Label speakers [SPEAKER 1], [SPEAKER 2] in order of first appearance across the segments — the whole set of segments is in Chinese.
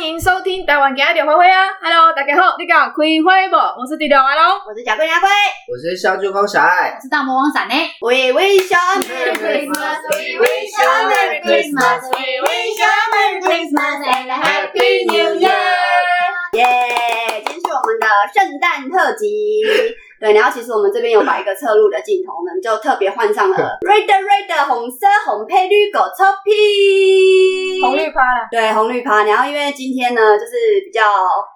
[SPEAKER 1] 迎收听台湾今日聊花花啊！Hello，大家好，你敢有开花无？我是地长阿龙。
[SPEAKER 2] 我是贾桂阿龟，
[SPEAKER 3] 我是小酒空小爱，
[SPEAKER 4] 知道魔王伞呢？
[SPEAKER 2] 喂喂小妹
[SPEAKER 3] Merry
[SPEAKER 2] 妹
[SPEAKER 3] Christmas, we
[SPEAKER 2] wish you a Merry Christmas,
[SPEAKER 4] we wish you a Merry Christmas and a
[SPEAKER 1] Happy New Year！
[SPEAKER 2] 耶！今天是我们的圣诞特辑。对，然后其实我们这边有摆一个侧录的镜头，我们就特别换 上了 red red 红色红配绿狗臭屁
[SPEAKER 1] 红绿趴啦，
[SPEAKER 2] 对红绿趴。然后因为今天呢，就是比较，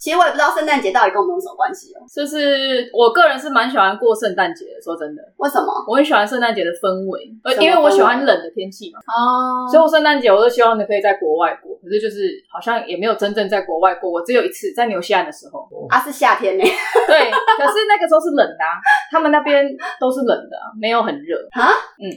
[SPEAKER 2] 其实我也不知道圣诞节到底跟我们有什么关系哦，
[SPEAKER 1] 就是我个人是蛮喜欢过圣诞节的。说真的，
[SPEAKER 2] 为什么？
[SPEAKER 1] 我很喜欢圣诞节的氛围，呃，
[SPEAKER 2] 什么
[SPEAKER 1] 因为我喜
[SPEAKER 2] 氛
[SPEAKER 1] 欢
[SPEAKER 2] 围
[SPEAKER 1] 冷的天气嘛，
[SPEAKER 4] 哦
[SPEAKER 1] 所以我圣诞节我都希望你可以在国外过。可是就是好像也没有真正在国外过，我只有一次在纽西兰的时 候。
[SPEAKER 2] 啊，是夏天呢、
[SPEAKER 1] 对，可是那个时候是冷的、啊，他们那边都是冷的啊、没有很热。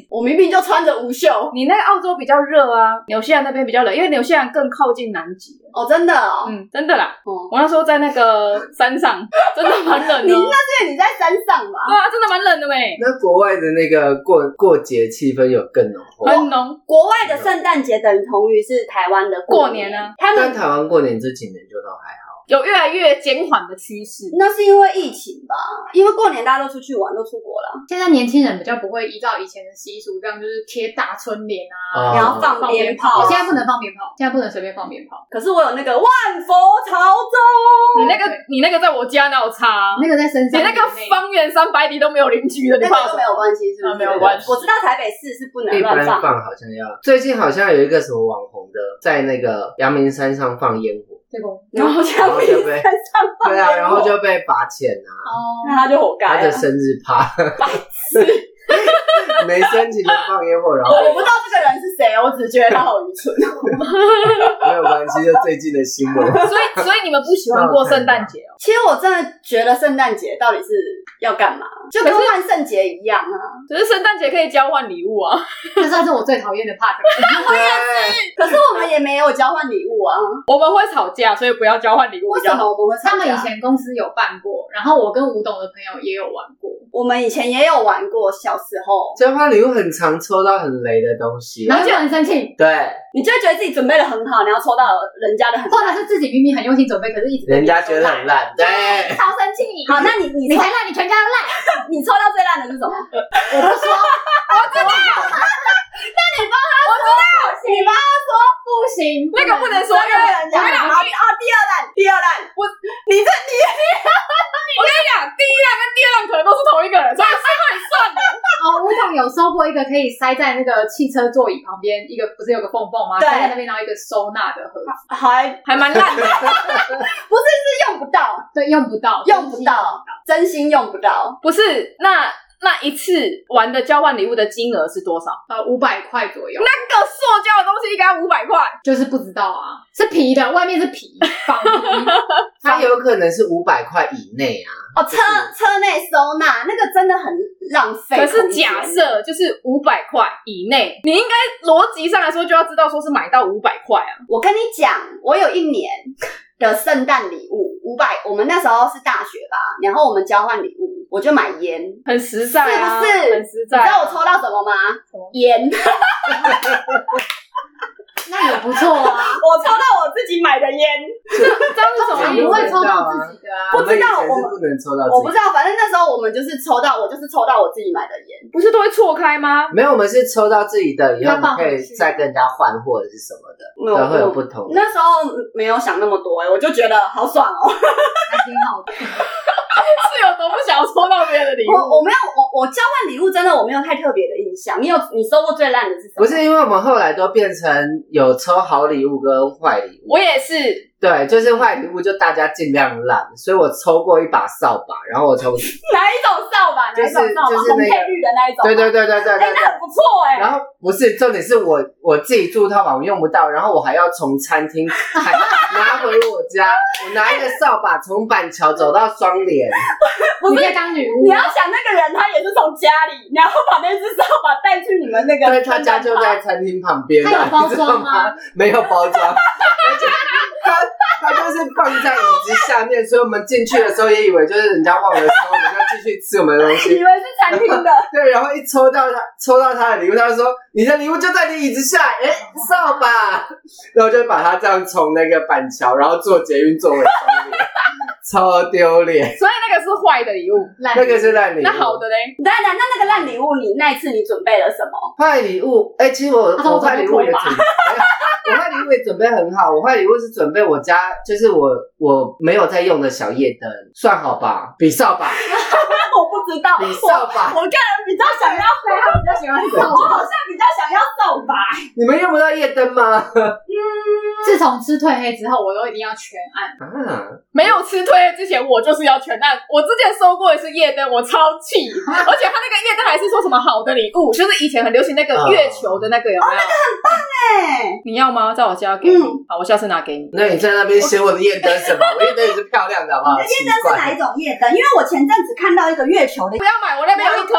[SPEAKER 2] 我明明就穿着无袖
[SPEAKER 1] 你那个澳洲比较热啊，纽西兰那边比较冷，因为纽西兰更靠近南极。
[SPEAKER 2] 哦，真的哦。
[SPEAKER 1] 嗯，真的啦，
[SPEAKER 2] 哦，
[SPEAKER 1] 我那时候在那个山上，真的蛮冷
[SPEAKER 2] 你
[SPEAKER 1] 的哦。
[SPEAKER 2] 那是你在山上吧？
[SPEAKER 1] 对啊，真的蛮冷的没，
[SPEAKER 3] 那国外的那个过过节气氛有更浓厚，
[SPEAKER 2] 哦
[SPEAKER 1] 很浓。
[SPEAKER 2] 国外的圣诞节等同于是台湾的
[SPEAKER 1] 过
[SPEAKER 2] 年
[SPEAKER 1] 年啊，
[SPEAKER 2] 他
[SPEAKER 3] 但
[SPEAKER 2] 们
[SPEAKER 3] 台湾过年这几年就都还好。
[SPEAKER 1] 有越来越减缓的趋势。
[SPEAKER 2] 那是因为疫情吧？因为过年大家都出去玩，都出国了，
[SPEAKER 4] 现在年轻人比较不会依照以前的习俗，这样就是贴大春联啊，
[SPEAKER 3] 哦
[SPEAKER 2] 然后放
[SPEAKER 4] 放
[SPEAKER 2] 鞭
[SPEAKER 4] 鞭
[SPEAKER 2] 炮。
[SPEAKER 4] 现在不能放鞭炮，现在不能随便放鞭炮。
[SPEAKER 2] 可是我有那个万佛朝宗，
[SPEAKER 1] 你那个你那个在我家哪有差啊、
[SPEAKER 4] 那个在
[SPEAKER 1] 你
[SPEAKER 4] 身上，
[SPEAKER 1] 那个方圆三百里都没有邻居的，你
[SPEAKER 2] 那
[SPEAKER 1] 怕什
[SPEAKER 2] 个都
[SPEAKER 1] 么
[SPEAKER 2] 没？有关系，是不
[SPEAKER 1] 啊
[SPEAKER 2] 是？
[SPEAKER 1] 没有关系
[SPEAKER 2] 我知道台北市是不能
[SPEAKER 3] 一般
[SPEAKER 2] 乱放，
[SPEAKER 3] 放好像要，最近好像有一个什么网红的，在那个阳明山上放烟火，
[SPEAKER 4] 对不？
[SPEAKER 2] 然后
[SPEAKER 3] 然
[SPEAKER 2] 像
[SPEAKER 3] 后
[SPEAKER 2] 你
[SPEAKER 3] 就被
[SPEAKER 2] 山上 放，
[SPEAKER 3] 对啊，然后就被罚钱啊，
[SPEAKER 2] 那
[SPEAKER 4] 哦，
[SPEAKER 2] 他就活
[SPEAKER 3] 他
[SPEAKER 2] 该啊
[SPEAKER 3] 的
[SPEAKER 2] 了。
[SPEAKER 3] 生日趴， 没申请就放烟火，然后
[SPEAKER 2] 我不知道这个人是谁，我只觉得他好愚蠢。
[SPEAKER 3] 没有关系，就最近的新闻。
[SPEAKER 1] 所 以所以你们不喜欢过圣诞节哦？
[SPEAKER 2] 其实我真的觉得圣诞节到底是要干嘛，就跟万圣节一样啊。
[SPEAKER 1] 可是圣诞节可以交换礼物啊。
[SPEAKER 4] 这算是我最讨厌的 part。
[SPEAKER 3] 对，
[SPEAKER 2] 可是我们也没有交换礼物啊，
[SPEAKER 1] 我们会吵架，所以不要交换礼物
[SPEAKER 2] 为
[SPEAKER 1] 比
[SPEAKER 2] 什
[SPEAKER 1] 较
[SPEAKER 2] 么
[SPEAKER 1] 好。
[SPEAKER 2] 我们会吵架
[SPEAKER 4] 他们以前公司有办过，然后我跟吴董的朋友也有玩过，
[SPEAKER 2] 我们以前也有玩过，小时候
[SPEAKER 3] 交换礼物很常抽到很雷的东西，啊
[SPEAKER 4] 然后就很生气，
[SPEAKER 3] 对，
[SPEAKER 2] 你就会觉得自己准备的很好，然后抽到人家 的很
[SPEAKER 4] 或者是自己明明很用心准备，可是一直
[SPEAKER 3] 人家觉得很烂，对，
[SPEAKER 4] 超生气。
[SPEAKER 2] 好。那你你
[SPEAKER 4] 你
[SPEAKER 2] 抽
[SPEAKER 4] 才烂，你全家都烂。
[SPEAKER 2] 你抽到最烂的是什 么？
[SPEAKER 4] 你妈说不行，
[SPEAKER 1] 那个不能说，
[SPEAKER 2] 真
[SPEAKER 1] 因
[SPEAKER 2] 的
[SPEAKER 1] 为
[SPEAKER 2] 有人讲
[SPEAKER 1] 我跟你
[SPEAKER 2] 然
[SPEAKER 1] 讲，
[SPEAKER 2] 后啊，第二烂，第二烂，
[SPEAKER 1] 哎第一浪跟第二浪可能都是同一个人，所以
[SPEAKER 4] 哦，吴总有收过一个可以塞在那个汽车座椅旁边，一个不是有个缝缝吗？
[SPEAKER 2] 对
[SPEAKER 4] 塞在那边，然后一个收纳的盒子，
[SPEAKER 2] 还
[SPEAKER 1] 还蛮烂的。
[SPEAKER 2] 用不到，
[SPEAKER 4] 对，用不到，
[SPEAKER 2] 用不到，真心用不到。
[SPEAKER 1] 不是，那那一次玩的交换礼物的金额是多少？
[SPEAKER 4] 呃，五百块左右，
[SPEAKER 1] 那个塑胶的东西应该五百块，
[SPEAKER 4] 就是不知道啊，是皮的，外面是皮，仿皮，
[SPEAKER 3] 它有可能是五百块以内啊，
[SPEAKER 2] 哦，车车内收纳那个真的很浪费
[SPEAKER 1] 可
[SPEAKER 2] 空
[SPEAKER 1] 是
[SPEAKER 2] 间。
[SPEAKER 1] 假设就是五百块以内，你应该逻辑上来说就要知道说是买到五百块啊。
[SPEAKER 2] 我跟你讲，我有一年的圣诞礼物五百，我们那时候是大学吧，然后我们交换礼物，我就买烟。
[SPEAKER 1] 很实在啊，
[SPEAKER 2] 是不是
[SPEAKER 1] 很实
[SPEAKER 2] 你
[SPEAKER 1] 在、
[SPEAKER 2] 知
[SPEAKER 1] 啊。
[SPEAKER 2] 道我抽到什么吗
[SPEAKER 1] 么？
[SPEAKER 2] 烟。
[SPEAKER 4] 那也不错啊，
[SPEAKER 2] 我抽到我自己买的烟，
[SPEAKER 1] 这样是
[SPEAKER 4] 通
[SPEAKER 1] 什么
[SPEAKER 4] 常
[SPEAKER 1] 意
[SPEAKER 4] 不
[SPEAKER 1] 思？
[SPEAKER 4] 会抽到自己的啊。
[SPEAKER 2] 不知道
[SPEAKER 3] 我们以前是不能抽到自己，
[SPEAKER 2] 我不知道，反正那时候我们就是抽到，我就是抽到我自己买的烟，
[SPEAKER 1] 不是都会错开吗？
[SPEAKER 3] 没有，我们是抽到自己的以后，
[SPEAKER 4] 要
[SPEAKER 3] 你
[SPEAKER 4] 放
[SPEAKER 3] 可
[SPEAKER 4] 回
[SPEAKER 3] 以
[SPEAKER 4] 去
[SPEAKER 3] 再跟人家换或者是什么的，
[SPEAKER 2] 没有
[SPEAKER 3] 啊都会
[SPEAKER 2] 没
[SPEAKER 3] 有
[SPEAKER 2] 有
[SPEAKER 3] 不同的。
[SPEAKER 2] 那时候没有想那么多、欸，我就觉得好爽哦、
[SPEAKER 4] 还挺好 的，
[SPEAKER 1] 是有多不想抽到别人的礼物？
[SPEAKER 2] 我我没有我我交换礼物真的我没有太特别的印象。你有你收过最烂的是什么？
[SPEAKER 3] 不是因为我们后来都变成有抽好礼物跟坏礼物，
[SPEAKER 1] 我也是，
[SPEAKER 3] 对，就是坏礼物就大家尽量烂，所以我抽过一把扫把，然后我抽，
[SPEAKER 2] 哪一种扫把？哪一种扫把？
[SPEAKER 3] 就是就是
[SPEAKER 2] 红
[SPEAKER 3] 那个
[SPEAKER 2] 配绿的那一种。
[SPEAKER 3] 对对对对对
[SPEAKER 2] 哎、
[SPEAKER 3] 对
[SPEAKER 2] 那
[SPEAKER 3] 对。
[SPEAKER 2] 很不错哎、
[SPEAKER 3] 然后不是重点是我我自己住套房我用不到，然后我还要从餐厅还拿回我家，我拿一个扫把从板桥走到双连，
[SPEAKER 2] 不
[SPEAKER 4] 你
[SPEAKER 2] 是
[SPEAKER 4] 可以当女
[SPEAKER 2] 你
[SPEAKER 4] 巫
[SPEAKER 2] 要。想那个人他也是从家里，然后把那只扫把带去你们那个
[SPEAKER 3] 因为他家就在餐厅旁边
[SPEAKER 4] 它有
[SPEAKER 3] 啊，
[SPEAKER 4] 包
[SPEAKER 3] 你知道
[SPEAKER 4] 装吗
[SPEAKER 3] 吗？？没有包装，而且他他就是放在椅子下面，所以我们进去的时候也以为就是人家忘了收，我们就继续吃我们的东西。
[SPEAKER 2] 你们是餐厅的，
[SPEAKER 3] 对，然后一抽到他抽到他的礼物，他就说：“你的礼物就在你椅子下，哎，扫把。”然后我就把他这样从那个板桥，然后坐捷运坐回双连， 超丢脸。
[SPEAKER 1] 所以那个是坏的礼物，
[SPEAKER 4] 烂
[SPEAKER 3] 那个是烂礼物，
[SPEAKER 1] 那好的嘞，
[SPEAKER 2] 当然，那那个烂礼物，你那一次你准备了什么？
[SPEAKER 3] 坏礼物，哎、其实我
[SPEAKER 4] 他说
[SPEAKER 3] 我坏礼物也准备，我坏礼物也准备很好。我坏礼物是准备我家，就是我我没有在用的小夜灯，算好吧，比扫 把，
[SPEAKER 2] 我不知道，
[SPEAKER 3] 比
[SPEAKER 2] 我
[SPEAKER 3] 扫把，
[SPEAKER 2] 我个人比较想要，
[SPEAKER 4] 对他比较喜欢扫
[SPEAKER 2] 我好
[SPEAKER 4] 把。
[SPEAKER 2] 像比较想要扫把。
[SPEAKER 3] 你们用不到夜灯吗？
[SPEAKER 4] 自从吃褪黑之后，我都一定要全按。
[SPEAKER 3] 啊，
[SPEAKER 1] 没有吃推之前，我就是要全按。我之前收过一次夜灯，我超 气，而且他那个夜灯还是说什么好的礼物，就是以前很流行那个
[SPEAKER 3] 啊
[SPEAKER 1] 月球的那个，有没有？
[SPEAKER 2] 对，
[SPEAKER 1] 你要吗？在我家给你
[SPEAKER 2] 嗯，
[SPEAKER 1] 好，我下次拿给你。
[SPEAKER 3] 那你在那边写我的夜灯什么？我夜灯也是漂亮的，好不好？
[SPEAKER 2] 夜灯是哪一种夜灯？因为我前阵子看到一个月球的，
[SPEAKER 1] 不要买，我那边有一颗。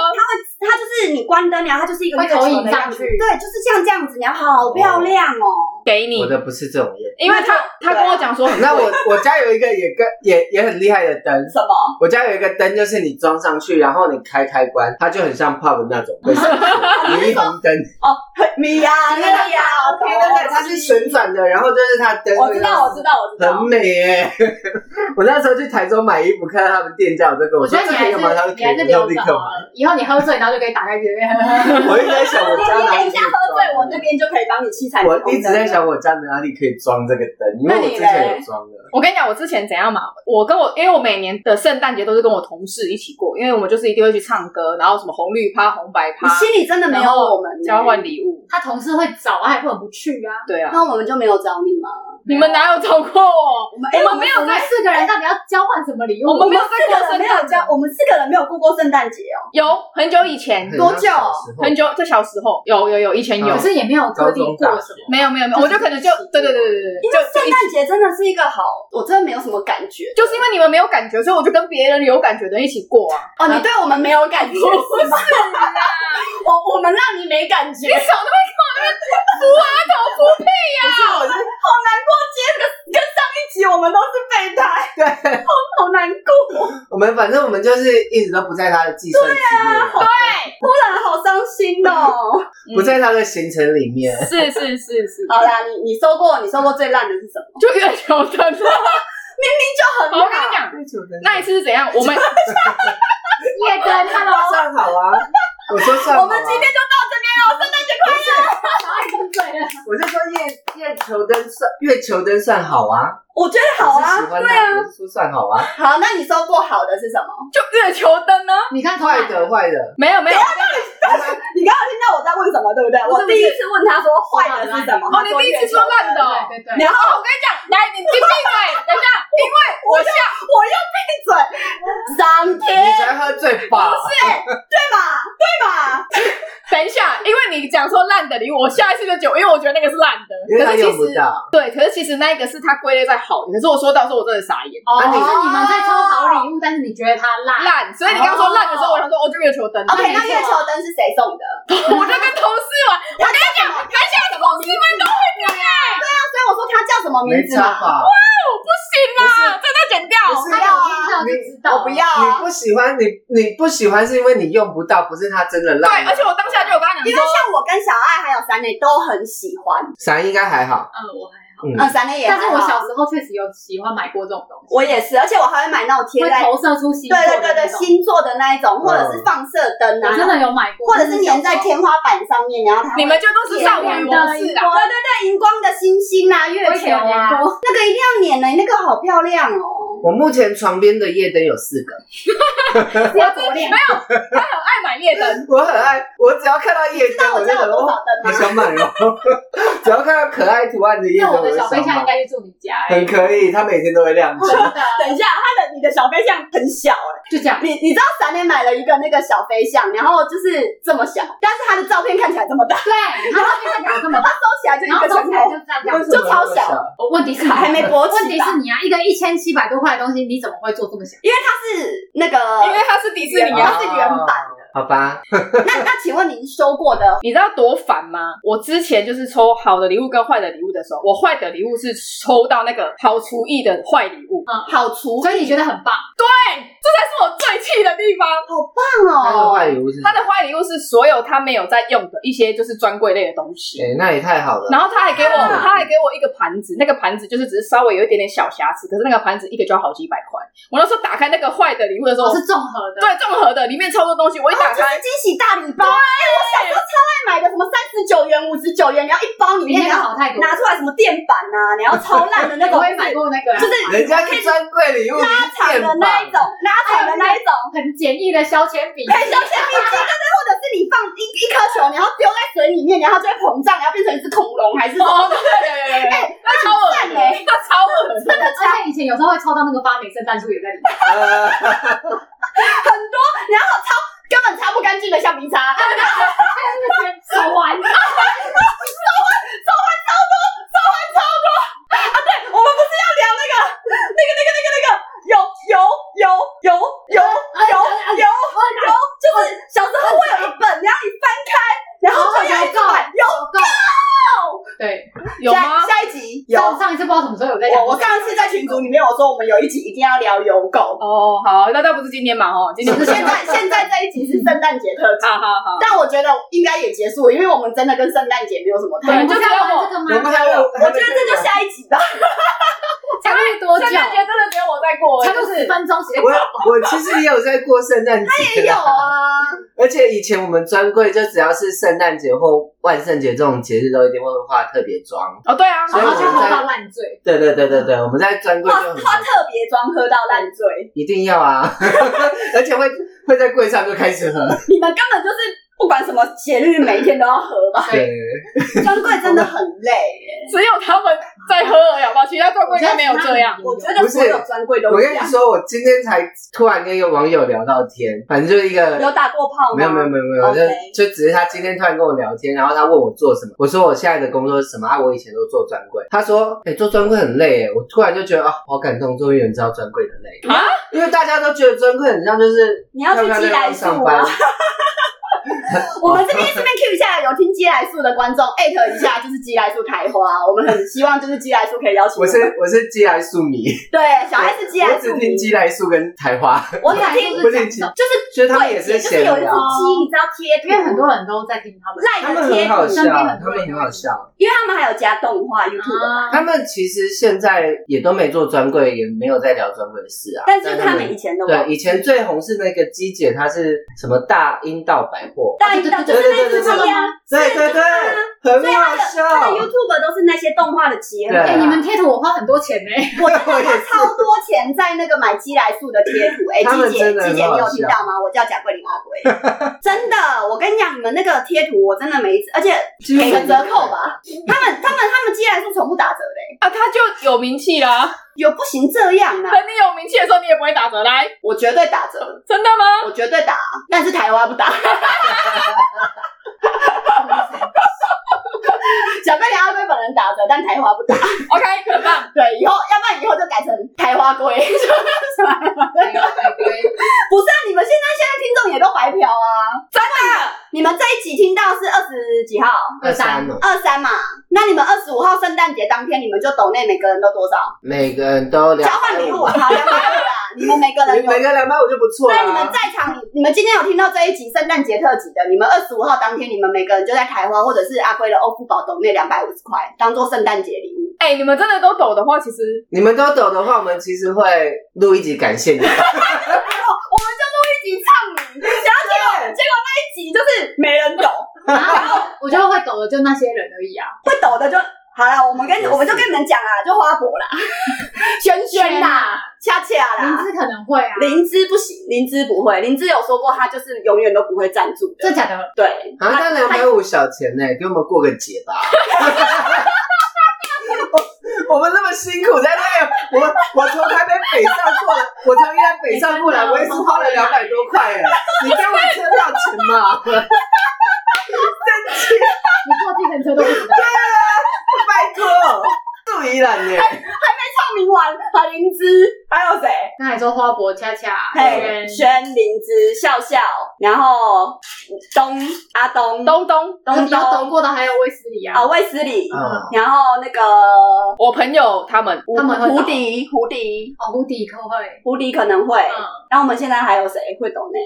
[SPEAKER 2] 它就是你关灯，然后它就是一个月球
[SPEAKER 4] 会投
[SPEAKER 2] 的
[SPEAKER 4] 影上
[SPEAKER 2] 样子
[SPEAKER 4] 去
[SPEAKER 2] 对，就是像这样子，然后好漂亮哦。
[SPEAKER 1] 给你
[SPEAKER 3] 我，的啊不是这种夜
[SPEAKER 1] 因为他他跟我讲说很
[SPEAKER 3] 灯。
[SPEAKER 1] 贵
[SPEAKER 3] 那我我家有一个也跟也也很厉害的灯，
[SPEAKER 2] 什么？
[SPEAKER 3] 我家有一个灯，就是你装上去，然后你开开关，它就很像 pub 那种，会闪烁霓虹灯。
[SPEAKER 2] 哦，米娅，米娅，
[SPEAKER 3] 对对对，它是旋转的，然后就是它灯。
[SPEAKER 2] 我知道，我知道，我知道
[SPEAKER 3] 很。美耶、 我那时候去台中买衣服，看到他们店家有这个，
[SPEAKER 4] 我
[SPEAKER 3] 说
[SPEAKER 4] 觉
[SPEAKER 3] 这
[SPEAKER 4] 得你
[SPEAKER 3] 个
[SPEAKER 4] 还
[SPEAKER 3] 有吗？他说
[SPEAKER 4] 是
[SPEAKER 3] 可
[SPEAKER 4] 你还是
[SPEAKER 3] 以，
[SPEAKER 4] 留
[SPEAKER 3] 我
[SPEAKER 4] 着
[SPEAKER 3] 立
[SPEAKER 4] 好
[SPEAKER 3] 刻 买。
[SPEAKER 4] 了，以后你喝醉然后就可以打开这边。
[SPEAKER 3] 我一直在想我
[SPEAKER 2] 你
[SPEAKER 3] 家哪
[SPEAKER 2] 等
[SPEAKER 3] 里
[SPEAKER 2] 一
[SPEAKER 3] 可
[SPEAKER 2] 下
[SPEAKER 3] 以
[SPEAKER 2] 喝醉，我这
[SPEAKER 3] 装。
[SPEAKER 2] 边就可以帮你器材。
[SPEAKER 3] 我一直在，想我家哪里可以装这个灯，因为
[SPEAKER 2] 那
[SPEAKER 3] 我
[SPEAKER 2] 你
[SPEAKER 3] 之前
[SPEAKER 2] 嘞
[SPEAKER 3] 有装的。
[SPEAKER 1] 我跟你讲，我之前怎样嘛？我跟我，因为我每年的圣诞节都是跟我同事一起过，因为我们就是一定会去唱歌，然后什么红绿趴、红白趴
[SPEAKER 2] 你，心里真的没有我们呢
[SPEAKER 1] 交换，礼物。
[SPEAKER 4] 他同事会找，他也不能不去啊。
[SPEAKER 1] 对啊，
[SPEAKER 2] 那我们就没有找你吗？
[SPEAKER 1] 你们哪有找过我？
[SPEAKER 2] 哎我们
[SPEAKER 1] 我们
[SPEAKER 2] 没
[SPEAKER 1] 没有
[SPEAKER 4] 我们
[SPEAKER 1] 在，
[SPEAKER 4] 四个人到底要交换什么礼物？
[SPEAKER 1] 我们没有
[SPEAKER 2] 四
[SPEAKER 1] 在
[SPEAKER 2] 个
[SPEAKER 1] 过
[SPEAKER 2] 人
[SPEAKER 1] 圣
[SPEAKER 2] 没有
[SPEAKER 1] 诞节
[SPEAKER 2] 交，。我们四个人没有过过圣诞节哦。
[SPEAKER 1] 有很久以前，
[SPEAKER 2] 多久
[SPEAKER 1] 很
[SPEAKER 3] 久。
[SPEAKER 1] 久在小时候哦有有有，以前有
[SPEAKER 4] 可。是也没有特地过
[SPEAKER 3] 高
[SPEAKER 4] 什
[SPEAKER 3] 中
[SPEAKER 4] 么。
[SPEAKER 1] 没有没有没有，
[SPEAKER 4] 就
[SPEAKER 1] 我
[SPEAKER 4] 是
[SPEAKER 1] 就可能就
[SPEAKER 4] 一起
[SPEAKER 1] 对对对对对，
[SPEAKER 2] 因
[SPEAKER 1] 对就
[SPEAKER 2] 为圣
[SPEAKER 1] 就一
[SPEAKER 2] 诞节真的是一个好，我真的没有什么感觉
[SPEAKER 1] 就是因为你们没有感觉，所以我就跟别人有感觉的人一起过啊。
[SPEAKER 2] 哦。你对我们没有感觉是吗？ 我我们让你没感觉，
[SPEAKER 1] 你少在那边看我那边扶啊头扶屁呀、
[SPEAKER 2] 好难过。接着跟上一集我们都是备胎，
[SPEAKER 3] 对，
[SPEAKER 2] 好难过，
[SPEAKER 3] 我们反正我们就是一直都不在他的计算之内嘛，
[SPEAKER 1] 对，
[SPEAKER 2] 突然好伤心哦。
[SPEAKER 3] 不在他的行程里面。
[SPEAKER 1] 是是是是，
[SPEAKER 2] 好啦，你你收过你收过最烂的是什么？
[SPEAKER 1] 就月球灯啊。
[SPEAKER 2] 就
[SPEAKER 1] 好，我跟你讲，那一次是 怎样？我们
[SPEAKER 4] 夜灯，Hello，
[SPEAKER 3] 算好啊，我说算好、啊。
[SPEAKER 2] 我们今天就到这边了，圣诞节快乐！
[SPEAKER 4] 喝醉了。
[SPEAKER 3] 我就说月月球灯算月球灯算好啊，
[SPEAKER 2] 我觉得好
[SPEAKER 3] 我是
[SPEAKER 2] 啊，
[SPEAKER 3] 喜欢
[SPEAKER 2] 对
[SPEAKER 3] 它，
[SPEAKER 2] 啊，
[SPEAKER 3] 我是说算好啊，
[SPEAKER 2] 好，那你收过好的是 什么？
[SPEAKER 1] 就月球灯呢？
[SPEAKER 4] 你看
[SPEAKER 3] 坏的坏的，
[SPEAKER 1] 没有没有，
[SPEAKER 2] 你刚刚听到我在问什么，对啊不对？
[SPEAKER 1] 不
[SPEAKER 2] 我
[SPEAKER 1] 是
[SPEAKER 2] 第一次问他说坏的是什么，
[SPEAKER 1] 哦，你第一次说烂的哦。
[SPEAKER 4] 对对对，
[SPEAKER 2] 然后
[SPEAKER 1] 我跟你讲，来，你你闭嘴，等一下，因为我
[SPEAKER 2] 我就
[SPEAKER 1] 下
[SPEAKER 2] 我又闭嘴， 张
[SPEAKER 3] 你
[SPEAKER 2] 天
[SPEAKER 3] 才喝醉吧？
[SPEAKER 2] 对吧？对吧？
[SPEAKER 1] 等一下，因为你讲说烂的礼物，我下一次就九，因为我觉得那个是烂的。
[SPEAKER 3] 因为
[SPEAKER 1] 可
[SPEAKER 3] 他
[SPEAKER 1] 是其
[SPEAKER 3] 用不
[SPEAKER 1] 实
[SPEAKER 3] 到，
[SPEAKER 1] 对，可是其实那一个是他归类在好的，可是我说到时候我真的傻眼，
[SPEAKER 4] 哦，
[SPEAKER 3] 啊你
[SPEAKER 4] 就是你们在抽好礼物，但是你觉得它烂，
[SPEAKER 1] 烂。所以你刚刚说烂的时候，我想说哦，就月球灯。
[SPEAKER 2] OK，
[SPEAKER 4] 没
[SPEAKER 2] 那
[SPEAKER 4] 错
[SPEAKER 2] 月球灯是谁送的？
[SPEAKER 1] 我就跟同事玩，我跟你讲，台下的同事们都会讲哎，
[SPEAKER 2] 所以我说他叫什么名
[SPEAKER 3] 没
[SPEAKER 2] 字
[SPEAKER 3] 差
[SPEAKER 2] 嘛？
[SPEAKER 3] 吧？
[SPEAKER 1] 我不行啊，这都剪掉。
[SPEAKER 3] 不是
[SPEAKER 4] 他有听到就知道。
[SPEAKER 2] 我不要
[SPEAKER 3] 你
[SPEAKER 2] 啊，
[SPEAKER 3] 不喜欢你你不喜欢是因为你用不到，不是它真的
[SPEAKER 1] 对，
[SPEAKER 3] 烂。
[SPEAKER 1] 而且我当下就有跟他讲
[SPEAKER 2] 因为
[SPEAKER 1] 说，
[SPEAKER 2] 像我跟小爱还有闪磊都很喜欢，
[SPEAKER 3] 伞应该还好，
[SPEAKER 4] 嗯，我还好。
[SPEAKER 3] 嗯，
[SPEAKER 2] 嗯，闪磊也还好，
[SPEAKER 4] 但是我小时候确实有喜欢买过这种东西，
[SPEAKER 2] 我也是，而且我还会买那种贴
[SPEAKER 4] 会
[SPEAKER 2] 在
[SPEAKER 4] 投射出星
[SPEAKER 2] 对
[SPEAKER 4] 座
[SPEAKER 2] 对
[SPEAKER 4] 的
[SPEAKER 2] 对对
[SPEAKER 4] 那种。
[SPEAKER 2] 星座的那一种，或者是放射灯啊，
[SPEAKER 4] 我真的有买过，
[SPEAKER 2] 或者是粘在天花板上面，然后它会
[SPEAKER 1] 你们就都是少女模式啊。
[SPEAKER 2] 对对对，荧光的星星啊，月
[SPEAKER 4] 我
[SPEAKER 2] 球
[SPEAKER 4] 以前有
[SPEAKER 2] 啊，
[SPEAKER 4] 玩过，
[SPEAKER 2] 那个一定要粘的，那个好漂亮哦。
[SPEAKER 3] 我目前床边的夜灯有四个，
[SPEAKER 4] 是要多练。
[SPEAKER 1] 他很爱买夜灯，
[SPEAKER 3] 我很爱，我只要看到夜
[SPEAKER 2] 那
[SPEAKER 3] 灯，
[SPEAKER 2] 我
[SPEAKER 3] 就
[SPEAKER 2] 知道
[SPEAKER 3] 想
[SPEAKER 2] 有多
[SPEAKER 3] 说
[SPEAKER 2] 少
[SPEAKER 3] 好
[SPEAKER 2] 灯吗？
[SPEAKER 3] 想买哦，只要看到可爱图案的夜
[SPEAKER 4] 那
[SPEAKER 3] 灯，
[SPEAKER 4] 我
[SPEAKER 3] 我
[SPEAKER 4] 的
[SPEAKER 3] 就
[SPEAKER 4] 小飞
[SPEAKER 3] 想
[SPEAKER 4] 象应
[SPEAKER 3] 买。
[SPEAKER 4] 该去住你家，哎
[SPEAKER 3] 很可以，它每天都会 亮起。
[SPEAKER 2] 等一下，他的你的小飞象很小哎、
[SPEAKER 4] 就这样。
[SPEAKER 2] 你你知道闪磊买了一个那个小飞象，然后就是这么小，但是他的照片看起来这么大，收
[SPEAKER 4] 对，然后这边长这 么大，
[SPEAKER 2] 起来就一
[SPEAKER 4] 然后
[SPEAKER 2] 个
[SPEAKER 4] 收
[SPEAKER 2] 拳
[SPEAKER 4] 起来
[SPEAKER 2] 头，
[SPEAKER 4] 就这样。
[SPEAKER 3] 为什么
[SPEAKER 2] 就超
[SPEAKER 3] 那么
[SPEAKER 2] 小
[SPEAKER 4] 我问题是你
[SPEAKER 2] 还没勃
[SPEAKER 4] 问
[SPEAKER 2] 起
[SPEAKER 4] 题
[SPEAKER 2] 吧？
[SPEAKER 4] 是你啊，一个一千七百多块的东西，你怎么会做这么小？
[SPEAKER 1] 哦
[SPEAKER 2] 因为它是那个
[SPEAKER 1] 因为他是迪士尼
[SPEAKER 2] 它
[SPEAKER 1] 啊。
[SPEAKER 2] 是原版
[SPEAKER 3] 的。哦好吧，
[SPEAKER 2] 那那请问您收过的
[SPEAKER 1] 你知道多烦吗？我之前就是抽好的礼物跟坏的礼物的时候，我坏的礼物是抽到那个好厨艺的坏礼物，
[SPEAKER 2] 好厨
[SPEAKER 4] 所以你觉得很棒，
[SPEAKER 1] 对，这才是我最气的地方。
[SPEAKER 3] 那
[SPEAKER 2] 棒
[SPEAKER 3] 个
[SPEAKER 2] 哦，
[SPEAKER 3] 坏礼物是
[SPEAKER 1] 他的坏礼物是所有他没有在用的一些就是专柜类的东西。
[SPEAKER 3] 哎，那也太好了。
[SPEAKER 1] 然后他还给我，
[SPEAKER 2] 啊
[SPEAKER 1] 他还给我一个盘子，那个盘子就是只是稍微有一点点小瑕疵，可是那个盘子一个就要好几百块。我那时候打开那个坏的礼物的时
[SPEAKER 2] 哦
[SPEAKER 1] 候，
[SPEAKER 4] 我是综合的。
[SPEAKER 1] 对综合的里面超多东西，我一打
[SPEAKER 2] 就
[SPEAKER 1] 开，
[SPEAKER 2] 是惊喜大礼包，哎，我小时候超爱买的，什么三十九元、五十九元，然后一包里
[SPEAKER 4] 里
[SPEAKER 2] 面
[SPEAKER 4] 面
[SPEAKER 2] 你要
[SPEAKER 4] 要好太多，
[SPEAKER 2] 拿出来什么垫板啊，然后超烂的那种，
[SPEAKER 4] 我也买过那个，
[SPEAKER 2] 就是
[SPEAKER 3] 人家是专柜礼物，拉
[SPEAKER 2] 长的那一种，拉长的那一种，
[SPEAKER 4] 很简易的削铅笔，
[SPEAKER 2] 很像橡皮筋，对对，或者是你放一一颗球，然后丢在水里面，然后它就会膨胀，然后变成一只恐龙还是什么？
[SPEAKER 1] 哦，对对对对对，
[SPEAKER 2] 哎，
[SPEAKER 1] 那超恶
[SPEAKER 2] 赞
[SPEAKER 1] 心，
[SPEAKER 2] 哎，
[SPEAKER 1] 那超恶心。
[SPEAKER 2] 真的超
[SPEAKER 4] 而且以前有时候会抽到那个发霉圣诞树也在里面，
[SPEAKER 3] 呃，
[SPEAKER 2] 然后超根本擦不干净的橡皮擦，
[SPEAKER 4] 手环，
[SPEAKER 2] 我们不是要聊那个那个那个那个那个有有有有有有有有，就是小时候会有一本，然后你翻开，然后就有一
[SPEAKER 4] 哦
[SPEAKER 2] 款有
[SPEAKER 4] 够，对，
[SPEAKER 1] 有
[SPEAKER 2] 下
[SPEAKER 1] 吗？
[SPEAKER 2] 下一集有。
[SPEAKER 4] 上上一次不知道什么时候有在讲，
[SPEAKER 2] 我我上一次在群组里面我说我们有一集一定要聊邮购，
[SPEAKER 1] 哦，好，那那不是今天嘛？哦，今天不是
[SPEAKER 2] 现在现在这一集是圣诞节特辑，
[SPEAKER 1] 好好好，
[SPEAKER 2] 但我觉得应该也结束了，因为我们真的跟圣诞节没有什么
[SPEAKER 4] 对，
[SPEAKER 2] 太
[SPEAKER 1] 对就
[SPEAKER 4] 就
[SPEAKER 1] 是是
[SPEAKER 4] 要
[SPEAKER 1] 要
[SPEAKER 4] 玩
[SPEAKER 1] 玩
[SPEAKER 4] 这个
[SPEAKER 3] 我
[SPEAKER 4] 吗？
[SPEAKER 3] 们还有，
[SPEAKER 2] 我觉得这就下一集 吧。
[SPEAKER 4] 才录多久？
[SPEAKER 1] 圣诞节
[SPEAKER 4] 才
[SPEAKER 1] 真的只有我在过，欸就
[SPEAKER 4] 录十
[SPEAKER 1] 是
[SPEAKER 4] 分钟，时间
[SPEAKER 3] 我我其实也有在过圣诞节，
[SPEAKER 2] 也有啊，
[SPEAKER 3] 而且以前我们专柜就只要是圣诞节或万圣节这种节日，都一定会化特别妆。
[SPEAKER 1] 哦，对啊，
[SPEAKER 3] 所以
[SPEAKER 4] 然
[SPEAKER 3] 我
[SPEAKER 4] 后
[SPEAKER 3] 们
[SPEAKER 4] 就
[SPEAKER 3] 在
[SPEAKER 4] 喝到烂醉，
[SPEAKER 3] 对对对对
[SPEAKER 2] 嗯
[SPEAKER 3] 对，我们在专柜
[SPEAKER 2] 化
[SPEAKER 3] 就很
[SPEAKER 2] 化特别妆喝到烂醉，
[SPEAKER 3] 一定要 啊，而且会会在柜上就开始喝。
[SPEAKER 2] 你们根本就是不管什么节日，每一天都要喝 吧？
[SPEAKER 3] 对，
[SPEAKER 2] 专柜真的很累耶，
[SPEAKER 1] 只有他们在喝而已，好不好？其他专柜应该没有这样。
[SPEAKER 2] 我觉得所有专柜
[SPEAKER 3] 我
[SPEAKER 2] 都一
[SPEAKER 3] 跟你
[SPEAKER 2] 样。
[SPEAKER 3] 说，我今天才突然跟一个网友聊到天，反正就是一个
[SPEAKER 2] 有打过炮吗？
[SPEAKER 3] 没有没有没有没有，就
[SPEAKER 2] OK
[SPEAKER 3] 就只是他今天突然跟我聊天，然后他问我做什么，我说我现在的工作是什么啊？我以前都做专柜。他说，哎、做专柜很累哎，我突然就觉得啊、好感动，终于有人知道专柜的累
[SPEAKER 1] 啊，
[SPEAKER 3] 因为大家都觉得专柜很像就是
[SPEAKER 2] 你要去
[SPEAKER 3] 漂漂
[SPEAKER 2] 鸡
[SPEAKER 3] 亮
[SPEAKER 2] 来
[SPEAKER 3] 亮
[SPEAKER 2] 素
[SPEAKER 3] 上
[SPEAKER 2] 吗
[SPEAKER 3] 班，？
[SPEAKER 2] 我们这边顺便 Q 一下，有听鸡来素的观众，艾特一下，就是鸡来素开花，我们很希望就是鸡来素可以邀请
[SPEAKER 3] 我
[SPEAKER 2] 们
[SPEAKER 3] 是我是鸡来素迷，
[SPEAKER 2] 对小 S 鸡来
[SPEAKER 3] 我
[SPEAKER 2] 素
[SPEAKER 3] 只
[SPEAKER 2] 迷
[SPEAKER 3] 听，鸡来素跟台花，
[SPEAKER 2] 我只听
[SPEAKER 4] 就
[SPEAKER 3] 不
[SPEAKER 4] 是
[SPEAKER 3] 是
[SPEAKER 4] 讲
[SPEAKER 3] 鸡
[SPEAKER 4] 什么，
[SPEAKER 2] 就是
[SPEAKER 3] 就是他们也
[SPEAKER 2] 对，就是
[SPEAKER 3] 闲
[SPEAKER 2] 有一只
[SPEAKER 3] 聊，
[SPEAKER 2] 鸡，你知道贴
[SPEAKER 4] 因为很
[SPEAKER 2] 图，
[SPEAKER 4] 多人都在听他们。
[SPEAKER 3] 他
[SPEAKER 2] 赖
[SPEAKER 3] 们
[SPEAKER 2] 的贴
[SPEAKER 3] 很好
[SPEAKER 2] 图，
[SPEAKER 3] 笑，
[SPEAKER 4] 身边很
[SPEAKER 3] 他
[SPEAKER 4] 多
[SPEAKER 3] 们
[SPEAKER 4] 人
[SPEAKER 3] 很好笑。
[SPEAKER 2] 因为他们还有加动画 YouTube，
[SPEAKER 4] 啊
[SPEAKER 3] 他们其实现在也都没做专柜，也没有在聊专柜的事啊。
[SPEAKER 2] 但是他们以前都
[SPEAKER 3] 对，以前最红是那个鸡姐，她是什么大阴道百货？
[SPEAKER 2] 大一到就是那只鸡啊，
[SPEAKER 3] 对对对，很好
[SPEAKER 2] 他的
[SPEAKER 3] 笑。
[SPEAKER 2] YouTube 都是那些动画的结合
[SPEAKER 3] 对。啊
[SPEAKER 4] 哎，你们贴图我花很多钱呢，
[SPEAKER 2] 我真的
[SPEAKER 3] 我也
[SPEAKER 2] 花
[SPEAKER 3] 是
[SPEAKER 2] 超多钱在那个买鸡来素的贴 图，哎、
[SPEAKER 3] 他们
[SPEAKER 2] 鸡姐，
[SPEAKER 3] 真的很
[SPEAKER 2] 鸡姐，你有
[SPEAKER 3] 好
[SPEAKER 2] 听
[SPEAKER 3] 笑
[SPEAKER 2] 到吗？我叫贾桂林阿龟， 真的，我跟你讲，你们那个贴图我真的每一次，而且给个折扣吧，他们他们他们鸡来素从不打折的、哎
[SPEAKER 1] 啊，他就有名气啦。
[SPEAKER 2] 有不行这样啊，
[SPEAKER 1] 等你有名气的时候，你也不会打折来，
[SPEAKER 2] 我绝对打折，
[SPEAKER 1] 真的吗？
[SPEAKER 2] 我绝对打，但是台湾不打。贾桂林阿龟本人打折，但台花不打。
[SPEAKER 1] OK，很棒。
[SPEAKER 2] 对，以后要不然以后就改成台花龟。 不是、啊，你们现在现在听众也都白嫖啊！真的，你们这一集听到是二十几号，
[SPEAKER 3] 二三哦，
[SPEAKER 2] 二三嘛？那你们二十五号圣诞节当天，你们就抖内每个人都多少？
[SPEAKER 3] 每个人都两
[SPEAKER 2] 交换礼物，好，两百五啦！你们每个人有
[SPEAKER 3] 每。个两百五就不错
[SPEAKER 2] 对，你们
[SPEAKER 3] 了。啊
[SPEAKER 2] 在场，你们今天有听到这一集圣诞节特辑的，你们二十五号当天，你们每个人就在台花或者是阿贵的欧付宝抖内两百五十块，当做圣诞节礼物。
[SPEAKER 1] 哎、你们真的都抖的话，其实
[SPEAKER 3] 你们都懂的话，我们其实会录一集感谢你。
[SPEAKER 2] 我们就录一集唱名，然后结果结果那一集就是没人懂，
[SPEAKER 4] 然后我觉得会抖的就那些人而已啊，
[SPEAKER 2] 会抖的就好了。我们跟我们就跟你们讲啦，就花 博啦，轩轩啦，恰恰
[SPEAKER 4] 名
[SPEAKER 2] 啦，
[SPEAKER 4] 字可能会啊，
[SPEAKER 2] 灵芝不行，灵芝不会，灵芝有说过他就是永远都不会赞助
[SPEAKER 4] 真
[SPEAKER 2] 的，
[SPEAKER 4] 假的？
[SPEAKER 2] 对。
[SPEAKER 3] 啊，但两百五小钱呢，给我们过个节吧。 我我们那么辛苦在那里，我我从台北北上过来，我从宜兰北上过来，我也是花了两百多块哎，你给我车票钱嘛，
[SPEAKER 4] 你坐计程车都不知道，
[SPEAKER 3] 拜托，杜宜兰呢？
[SPEAKER 2] 唱名完，还灵芝，还有谁？
[SPEAKER 4] 那还说花博恰恰
[SPEAKER 2] 嘿，
[SPEAKER 4] 轩
[SPEAKER 2] 轩、林芝、笑笑，然后东阿东、
[SPEAKER 1] 东东，
[SPEAKER 2] 东
[SPEAKER 4] 比较懂
[SPEAKER 2] 东
[SPEAKER 4] 过的还有卫斯理啊
[SPEAKER 2] 啊，，卫斯理，
[SPEAKER 3] 嗯，
[SPEAKER 2] 然后那个
[SPEAKER 1] 我朋友他们
[SPEAKER 2] 胡
[SPEAKER 4] 他们会
[SPEAKER 2] 胡
[SPEAKER 4] 懂
[SPEAKER 2] 迪，胡迪，
[SPEAKER 4] 哦，胡迪克会，
[SPEAKER 2] 胡迪可能会。
[SPEAKER 4] 嗯，
[SPEAKER 2] 然后我们现在还有谁会懂呢？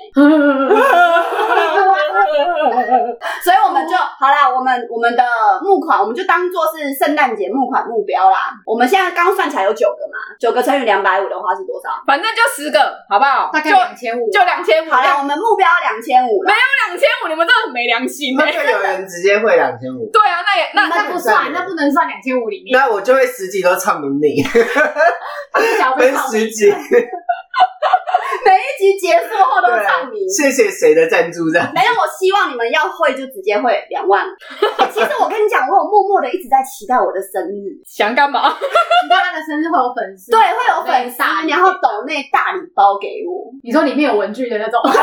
[SPEAKER 2] 所以我们就好啦，我们我们的募款，我们就当做是圣诞节募款目标啦。我们现在刚算起来有九个嘛，九个乘以两百五的话是多少？
[SPEAKER 1] 反正就十个，好不好？
[SPEAKER 4] 大概
[SPEAKER 1] 就
[SPEAKER 4] 两千五，
[SPEAKER 1] 就两千五，
[SPEAKER 2] 好啊啦，
[SPEAKER 1] 两
[SPEAKER 2] 我们目标两千五了。
[SPEAKER 1] 千五，你们真的很没良心
[SPEAKER 3] 那
[SPEAKER 1] 欸。
[SPEAKER 3] 就有人直接会两 千五，
[SPEAKER 1] 对啊，那也那
[SPEAKER 4] 那那不算，那不能算两千五里面，
[SPEAKER 3] 那我就会十集都唱名你，
[SPEAKER 4] 至少要被
[SPEAKER 3] 分
[SPEAKER 4] 放
[SPEAKER 3] 十集，
[SPEAKER 2] 每一集结束后都唱名
[SPEAKER 3] 对，。谢谢谁的赞助这 样。
[SPEAKER 2] 没有，我希望你们要会就直接会两万。其实我跟你讲，我有默默的一直在期待我的生日，
[SPEAKER 1] 想干嘛？
[SPEAKER 4] 你知道他的生日会有粉丝，
[SPEAKER 2] 对，会有粉丝
[SPEAKER 4] 大礼，
[SPEAKER 2] 然后抖内大礼包给我，
[SPEAKER 4] 你说里面有文具的那种，
[SPEAKER 2] 礼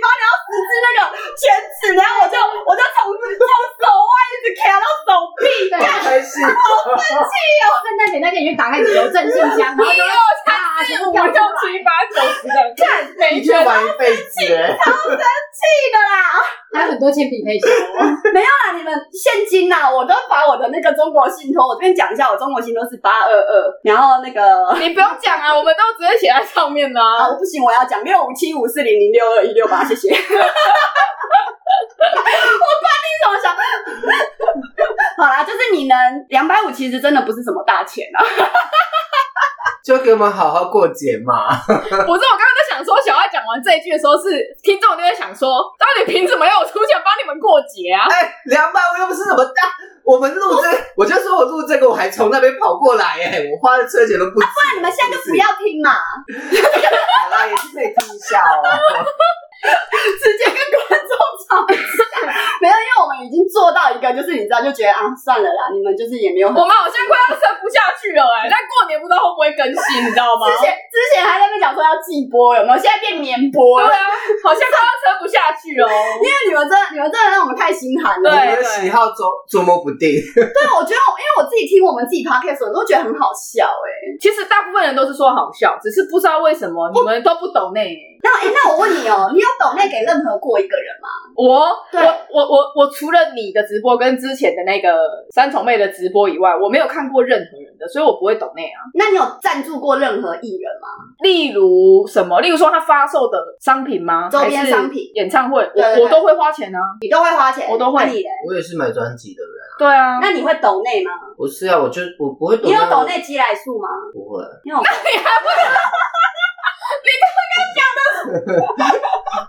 [SPEAKER 2] 包，然后十支那个全纸，然后我就我就从从手腕一直卡到手臂，
[SPEAKER 4] 对，
[SPEAKER 3] 开心，
[SPEAKER 4] 圣诞节那天你就打开你的邮政信箱，然后就啊，全部
[SPEAKER 1] 五
[SPEAKER 4] 掉
[SPEAKER 1] 六
[SPEAKER 4] 出来
[SPEAKER 1] 七八九十的， 看每
[SPEAKER 3] 你
[SPEAKER 1] 一
[SPEAKER 3] 去
[SPEAKER 1] 圈
[SPEAKER 3] 玩一辈子欸，
[SPEAKER 2] 记得啦。
[SPEAKER 4] 还有很多铅笔可以修。
[SPEAKER 2] 那你们现金呐、我都把我的那个中国信托，我这边讲一下，我中国信托是八二二，然后那个。
[SPEAKER 1] 你不用讲啊，我们都直接写在上面的
[SPEAKER 2] 啊，
[SPEAKER 1] 啊。
[SPEAKER 2] 我不行，我要讲六五七五四零零六二一六 八，谢谢。我怕你怎么想？ 好啦，就是你能两百五，其实真的不是什么大钱啊。
[SPEAKER 3] 就给我们好好过节嘛。
[SPEAKER 1] 不是，我刚刚在想说，小爱讲完这一句的时候是，听众就会想说，到底凭什么要我出钱帮你们过节啊？
[SPEAKER 3] 哎，两百我又不是什么大，我们录这，
[SPEAKER 2] 哦
[SPEAKER 3] 我就说我录这个，我还从那边跑过来哎，我花的车钱都不止。那
[SPEAKER 2] 你们现在啊就不要听嘛，
[SPEAKER 3] 好啦，也是可以听一下哦。
[SPEAKER 2] 直接跟观众吵架。 没有，因为我们已经做到一个，就是你知道，就觉得啊，算了啦，你们就是也没有很
[SPEAKER 1] 我们好像快要撑不下去了哎、欸，但过年不知道会不会更新，你知道吗？
[SPEAKER 2] 之前之前还在那边讲说要季播，有没有？现在变年播
[SPEAKER 1] 对
[SPEAKER 2] 了，
[SPEAKER 1] 啊，好像快要撑不下去哦。
[SPEAKER 2] 因为你们真的你们真的让我们太心寒了。
[SPEAKER 3] 我
[SPEAKER 1] 对
[SPEAKER 3] 们的喜好捉捉摸不定，
[SPEAKER 2] 对，我觉得我因为我自己听我们自己 podcast，我都觉得很好笑哎、
[SPEAKER 1] 其实大部分人都是说好笑，只是不知道为什么你们都不懂呢、
[SPEAKER 2] 那哎、那我问你哦、你有抖内给任何过一个人吗？
[SPEAKER 1] 我
[SPEAKER 2] 对
[SPEAKER 1] 我我我我除了你的直播跟之前的那个三重妹的直播以外，我没有看过任何人的，所以我不会懂那啊。
[SPEAKER 2] 那你有赞助过任何艺人吗？
[SPEAKER 1] 例如什么？例如说他发售的商品吗？
[SPEAKER 2] 周边
[SPEAKER 1] 还是
[SPEAKER 2] 商品
[SPEAKER 1] 演唱会，
[SPEAKER 2] 对对对
[SPEAKER 1] 我我都会花钱啊。
[SPEAKER 2] 你都会花钱，
[SPEAKER 1] 我都会
[SPEAKER 2] 那你嘞？
[SPEAKER 3] 我也是买专辑的人，
[SPEAKER 1] 对啊，
[SPEAKER 2] 那你会抖内吗？
[SPEAKER 3] 不是啊，我就我不会懂
[SPEAKER 2] 你有
[SPEAKER 3] 那
[SPEAKER 2] 抖
[SPEAKER 3] 种，
[SPEAKER 2] 内积来数吗？
[SPEAKER 3] 不会。
[SPEAKER 2] 因为我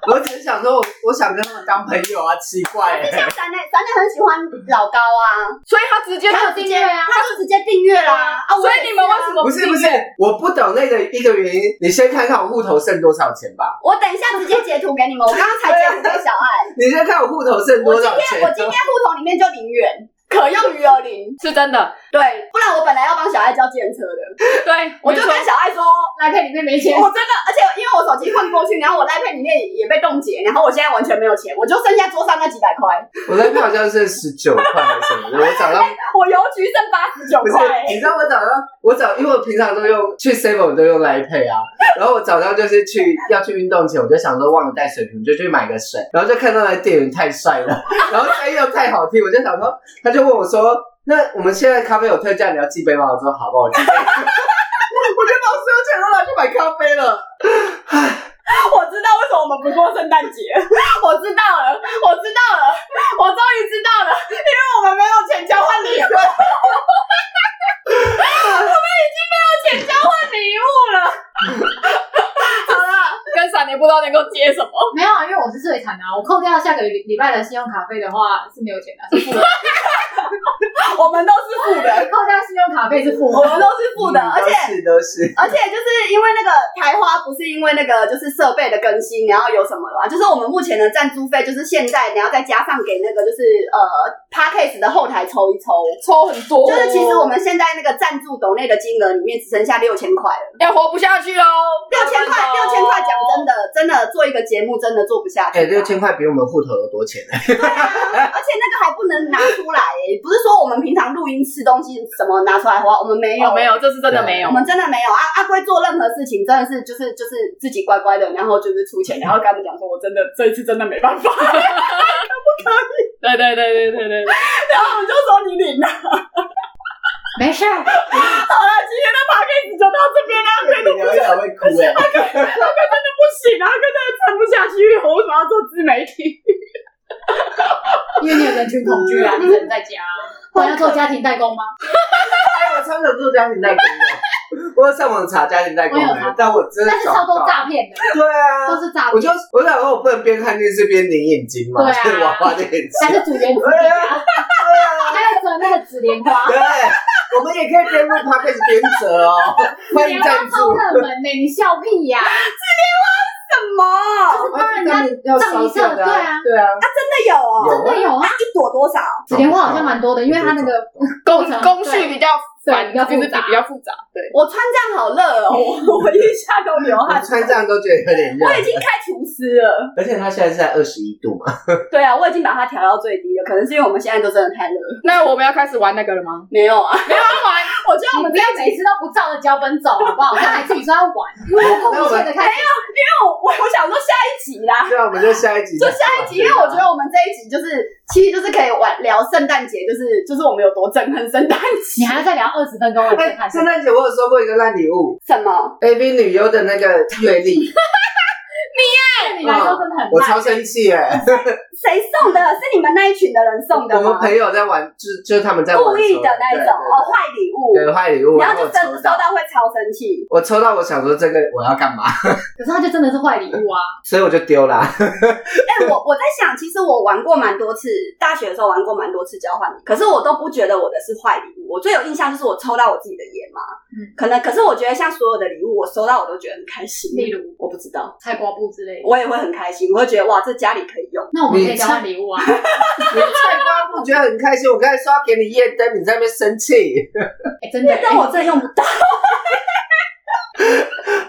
[SPEAKER 3] 我只是想说，我我想跟他们当朋友啊，奇怪哎、
[SPEAKER 2] 像闪奶，闪奶很喜欢老高啊，
[SPEAKER 1] 所以他直接就
[SPEAKER 2] 他
[SPEAKER 1] 进去
[SPEAKER 2] 直接
[SPEAKER 4] 订阅啊
[SPEAKER 2] 他就直接订阅啦。啊，我
[SPEAKER 1] 所
[SPEAKER 2] 也
[SPEAKER 1] 以你们为什么
[SPEAKER 3] 不是
[SPEAKER 1] 订
[SPEAKER 3] 不
[SPEAKER 1] 阅
[SPEAKER 3] 是，我不懂那个一个原因。你先看看我户头剩多少钱 吧，
[SPEAKER 2] 我等一下直接截图给你们，我刚刚才截图给小爱。
[SPEAKER 3] 你先看我户头
[SPEAKER 1] 啊
[SPEAKER 3] 剩
[SPEAKER 2] 我
[SPEAKER 3] 多
[SPEAKER 2] 今
[SPEAKER 3] 少
[SPEAKER 2] 天
[SPEAKER 3] 钱
[SPEAKER 2] 我。今天户头里面就零元，可用余额零。
[SPEAKER 1] 是真的？
[SPEAKER 2] 对，不然我本来要帮小爱交计程车的，
[SPEAKER 1] 对，
[SPEAKER 2] 我
[SPEAKER 1] 没
[SPEAKER 2] 就
[SPEAKER 1] 错
[SPEAKER 2] 跟小爱说，
[SPEAKER 4] 来配里面没钱，
[SPEAKER 2] 我真的，而且因为我手机换过去，然后我 iPad 里面也被冻结，然后我现在完全没有钱，我就剩下桌上那几百块，
[SPEAKER 3] 我那边好像剩十九块还是什么的，我找到
[SPEAKER 2] 我邮局剩八十九
[SPEAKER 3] 不是
[SPEAKER 2] 块，，
[SPEAKER 3] 你知道我找到我找，因为我平常都用去 seven 都用来配啊，然后我早上就是去要去运动前，我就想说忘了带水瓶，就去买个水，然后就看到那店员太帅了， 然后声音又太好听，我就想说，他就问我说，那我们现在咖啡有特价，你要寄杯吗？我说好吧，我寄杯。 我就把我所有钱都拿去买咖啡了，
[SPEAKER 2] 我知道为什么我们不过圣诞节，我知道了，我知道了，我终于知道了，因为我们没有钱交换礼物，我们已经没有钱交换礼物了。 好啦，
[SPEAKER 1] 跟闪电不知道能够接什么。
[SPEAKER 4] 没有啊，因为我是最惨的啊，我扣掉下个礼礼拜的信用卡费的话是没有钱的，是啊负的，
[SPEAKER 2] 我们都是负的，
[SPEAKER 4] 扣掉信用卡费是负
[SPEAKER 2] 我
[SPEAKER 4] 的，
[SPEAKER 2] 们都是负的，而且。
[SPEAKER 3] 嗯都是都是
[SPEAKER 2] 而且就是因为那个台花，不是因为那个就是设备的更新，然后有什么的嘛？就是我们目前的赞助费，就是现在你要再加上给那个就是呃 podcast 的后台抽一抽。
[SPEAKER 1] 抽很多哦，
[SPEAKER 2] 就是其实我们现在那个赞助抖内的金额里面只剩下六千块了，
[SPEAKER 1] 要活不下去喽，哦
[SPEAKER 2] 六千
[SPEAKER 1] Oh
[SPEAKER 2] 块，六千块，讲真
[SPEAKER 1] 的，
[SPEAKER 2] 的，真的做一个节目真的做不下去。
[SPEAKER 3] 哎，六千块比我们户头有多钱？
[SPEAKER 2] 对啊，而且那个还不能拿出来、欸，不是说我们平常录音吃东西什么拿出来花，我们没有，
[SPEAKER 1] 哦，没有，这次真的没有
[SPEAKER 2] 我。们真的没有啊！阿龟做任何事情真的是就是就是自己乖乖的，然后就是 出钱，然后跟他们讲说，我真的这一次真的没办法，
[SPEAKER 1] 对对对对对对对，
[SPEAKER 2] 然后我们就说你领了。
[SPEAKER 4] 没事
[SPEAKER 2] 好
[SPEAKER 4] 儿，
[SPEAKER 2] 了，今天的 p a c a 就到这边了，
[SPEAKER 3] 你聊一聊会哭哎。
[SPEAKER 2] 不行啊，真的撑不下去，我为什么要做自媒体？
[SPEAKER 4] 因为你有人群恐惧啊，你只能在家。 我要做家庭代工吗？
[SPEAKER 3] 哎，我超想做家庭代工的，我上网查家庭代工
[SPEAKER 4] 我有查
[SPEAKER 3] 的，但我真的
[SPEAKER 4] 但是
[SPEAKER 3] 找
[SPEAKER 4] 超
[SPEAKER 3] 不
[SPEAKER 4] 多
[SPEAKER 3] 到。
[SPEAKER 4] 诈骗的，
[SPEAKER 3] 对啊，
[SPEAKER 4] 都是诈
[SPEAKER 3] 我
[SPEAKER 4] 骗，
[SPEAKER 3] 就我想说，我不能边看电视边拧眼睛嘛，
[SPEAKER 4] 对啊
[SPEAKER 3] 就是娃娃的眼睛。
[SPEAKER 4] 还是组员子弟啊，
[SPEAKER 3] 对
[SPEAKER 4] 还有折那个紫 莲花，
[SPEAKER 3] 啊，对，我们也可以边录 podcast 边折 哦，欢
[SPEAKER 4] 紫
[SPEAKER 3] 迎
[SPEAKER 4] 莲花
[SPEAKER 3] 赞
[SPEAKER 4] 超
[SPEAKER 3] 助。
[SPEAKER 4] 热门呢，你笑屁 呀！
[SPEAKER 2] 什么？
[SPEAKER 4] 帮人家
[SPEAKER 3] 啊要烧掉的啊，对啊，
[SPEAKER 2] 真的有哦，
[SPEAKER 3] 有
[SPEAKER 4] 真的有啊，
[SPEAKER 2] 一朵多少？
[SPEAKER 4] 紫莲花好像蛮多的，因为它那个
[SPEAKER 1] 工
[SPEAKER 4] 对
[SPEAKER 1] 工序比较
[SPEAKER 4] 对
[SPEAKER 1] 繁，
[SPEAKER 4] 比较复
[SPEAKER 1] 就是比
[SPEAKER 4] 杂
[SPEAKER 1] 比较复杂，对。
[SPEAKER 2] 我穿这样好热哦，我我一下都流
[SPEAKER 3] 我
[SPEAKER 2] 汗。
[SPEAKER 3] 穿这样都觉得有点热
[SPEAKER 2] 我，已经开除师了，
[SPEAKER 3] 而且它现在是在二十一度嘛，
[SPEAKER 2] 对啊，我已经把它调到最低了，可能是因为我们现在都真的太热了。
[SPEAKER 1] 那我们要开始玩那个了吗？
[SPEAKER 2] 没有啊，
[SPEAKER 1] 没有要玩，
[SPEAKER 2] 我觉得我
[SPEAKER 4] 我
[SPEAKER 2] 们
[SPEAKER 4] 们不
[SPEAKER 2] 这样
[SPEAKER 4] 要每次都不照着脚本走，好不好？他还自己说 要玩，我迫不及待的开始。
[SPEAKER 2] 没有，我我想说下一集啦，
[SPEAKER 3] 对啊，我们就下一集，
[SPEAKER 2] 就下一集，因为我觉得我们这一集就是其实就是可以玩聊圣诞节，就是就是我们有多憎恨圣诞节
[SPEAKER 4] 你。还要再聊二十分钟，我才
[SPEAKER 3] 哎。
[SPEAKER 4] 看。
[SPEAKER 3] 圣诞节我有收过一个烂礼物
[SPEAKER 2] 什么？
[SPEAKER 3] ，AV 女优的那个月 历，
[SPEAKER 4] 对你来说真的很
[SPEAKER 3] 我
[SPEAKER 4] 烂，
[SPEAKER 3] 超生气哎！
[SPEAKER 2] 谁送的？是你们那一群的人送的
[SPEAKER 3] 我们
[SPEAKER 2] 吗？
[SPEAKER 3] 朋友在玩，就是就是他们在玩
[SPEAKER 2] 故意的那一种哦，坏礼物
[SPEAKER 3] 对，对对，坏礼物，
[SPEAKER 2] 然后
[SPEAKER 3] 我
[SPEAKER 2] 就真
[SPEAKER 3] 抽
[SPEAKER 2] 的收到会超生气。
[SPEAKER 3] 我抽到，我想说这个我要干嘛，
[SPEAKER 4] 可是他就真的是坏礼物啊！
[SPEAKER 3] 所以我就丢啦。
[SPEAKER 2] 哎、我我在想，其实我玩过蛮多次，大学的时候玩过蛮多次交换礼物，可是我都不觉得我的是坏礼物。我最有印象就是我抽到我自己的烟嘛，
[SPEAKER 4] 嗯
[SPEAKER 2] 可能可是我觉得像所有的礼物，我收到我都觉得很开心。
[SPEAKER 4] 例如
[SPEAKER 2] 我不知道，
[SPEAKER 4] 菜瓜布之类的。
[SPEAKER 2] 我也会很开心，我会觉得哇，这家里可以 用。
[SPEAKER 4] 那我们可以交换礼物啊！
[SPEAKER 3] 你菜瓜布觉得很开心，我刚才说要给你夜灯，你在那边生气，
[SPEAKER 4] 哎，真的，
[SPEAKER 2] 但我真的用不到，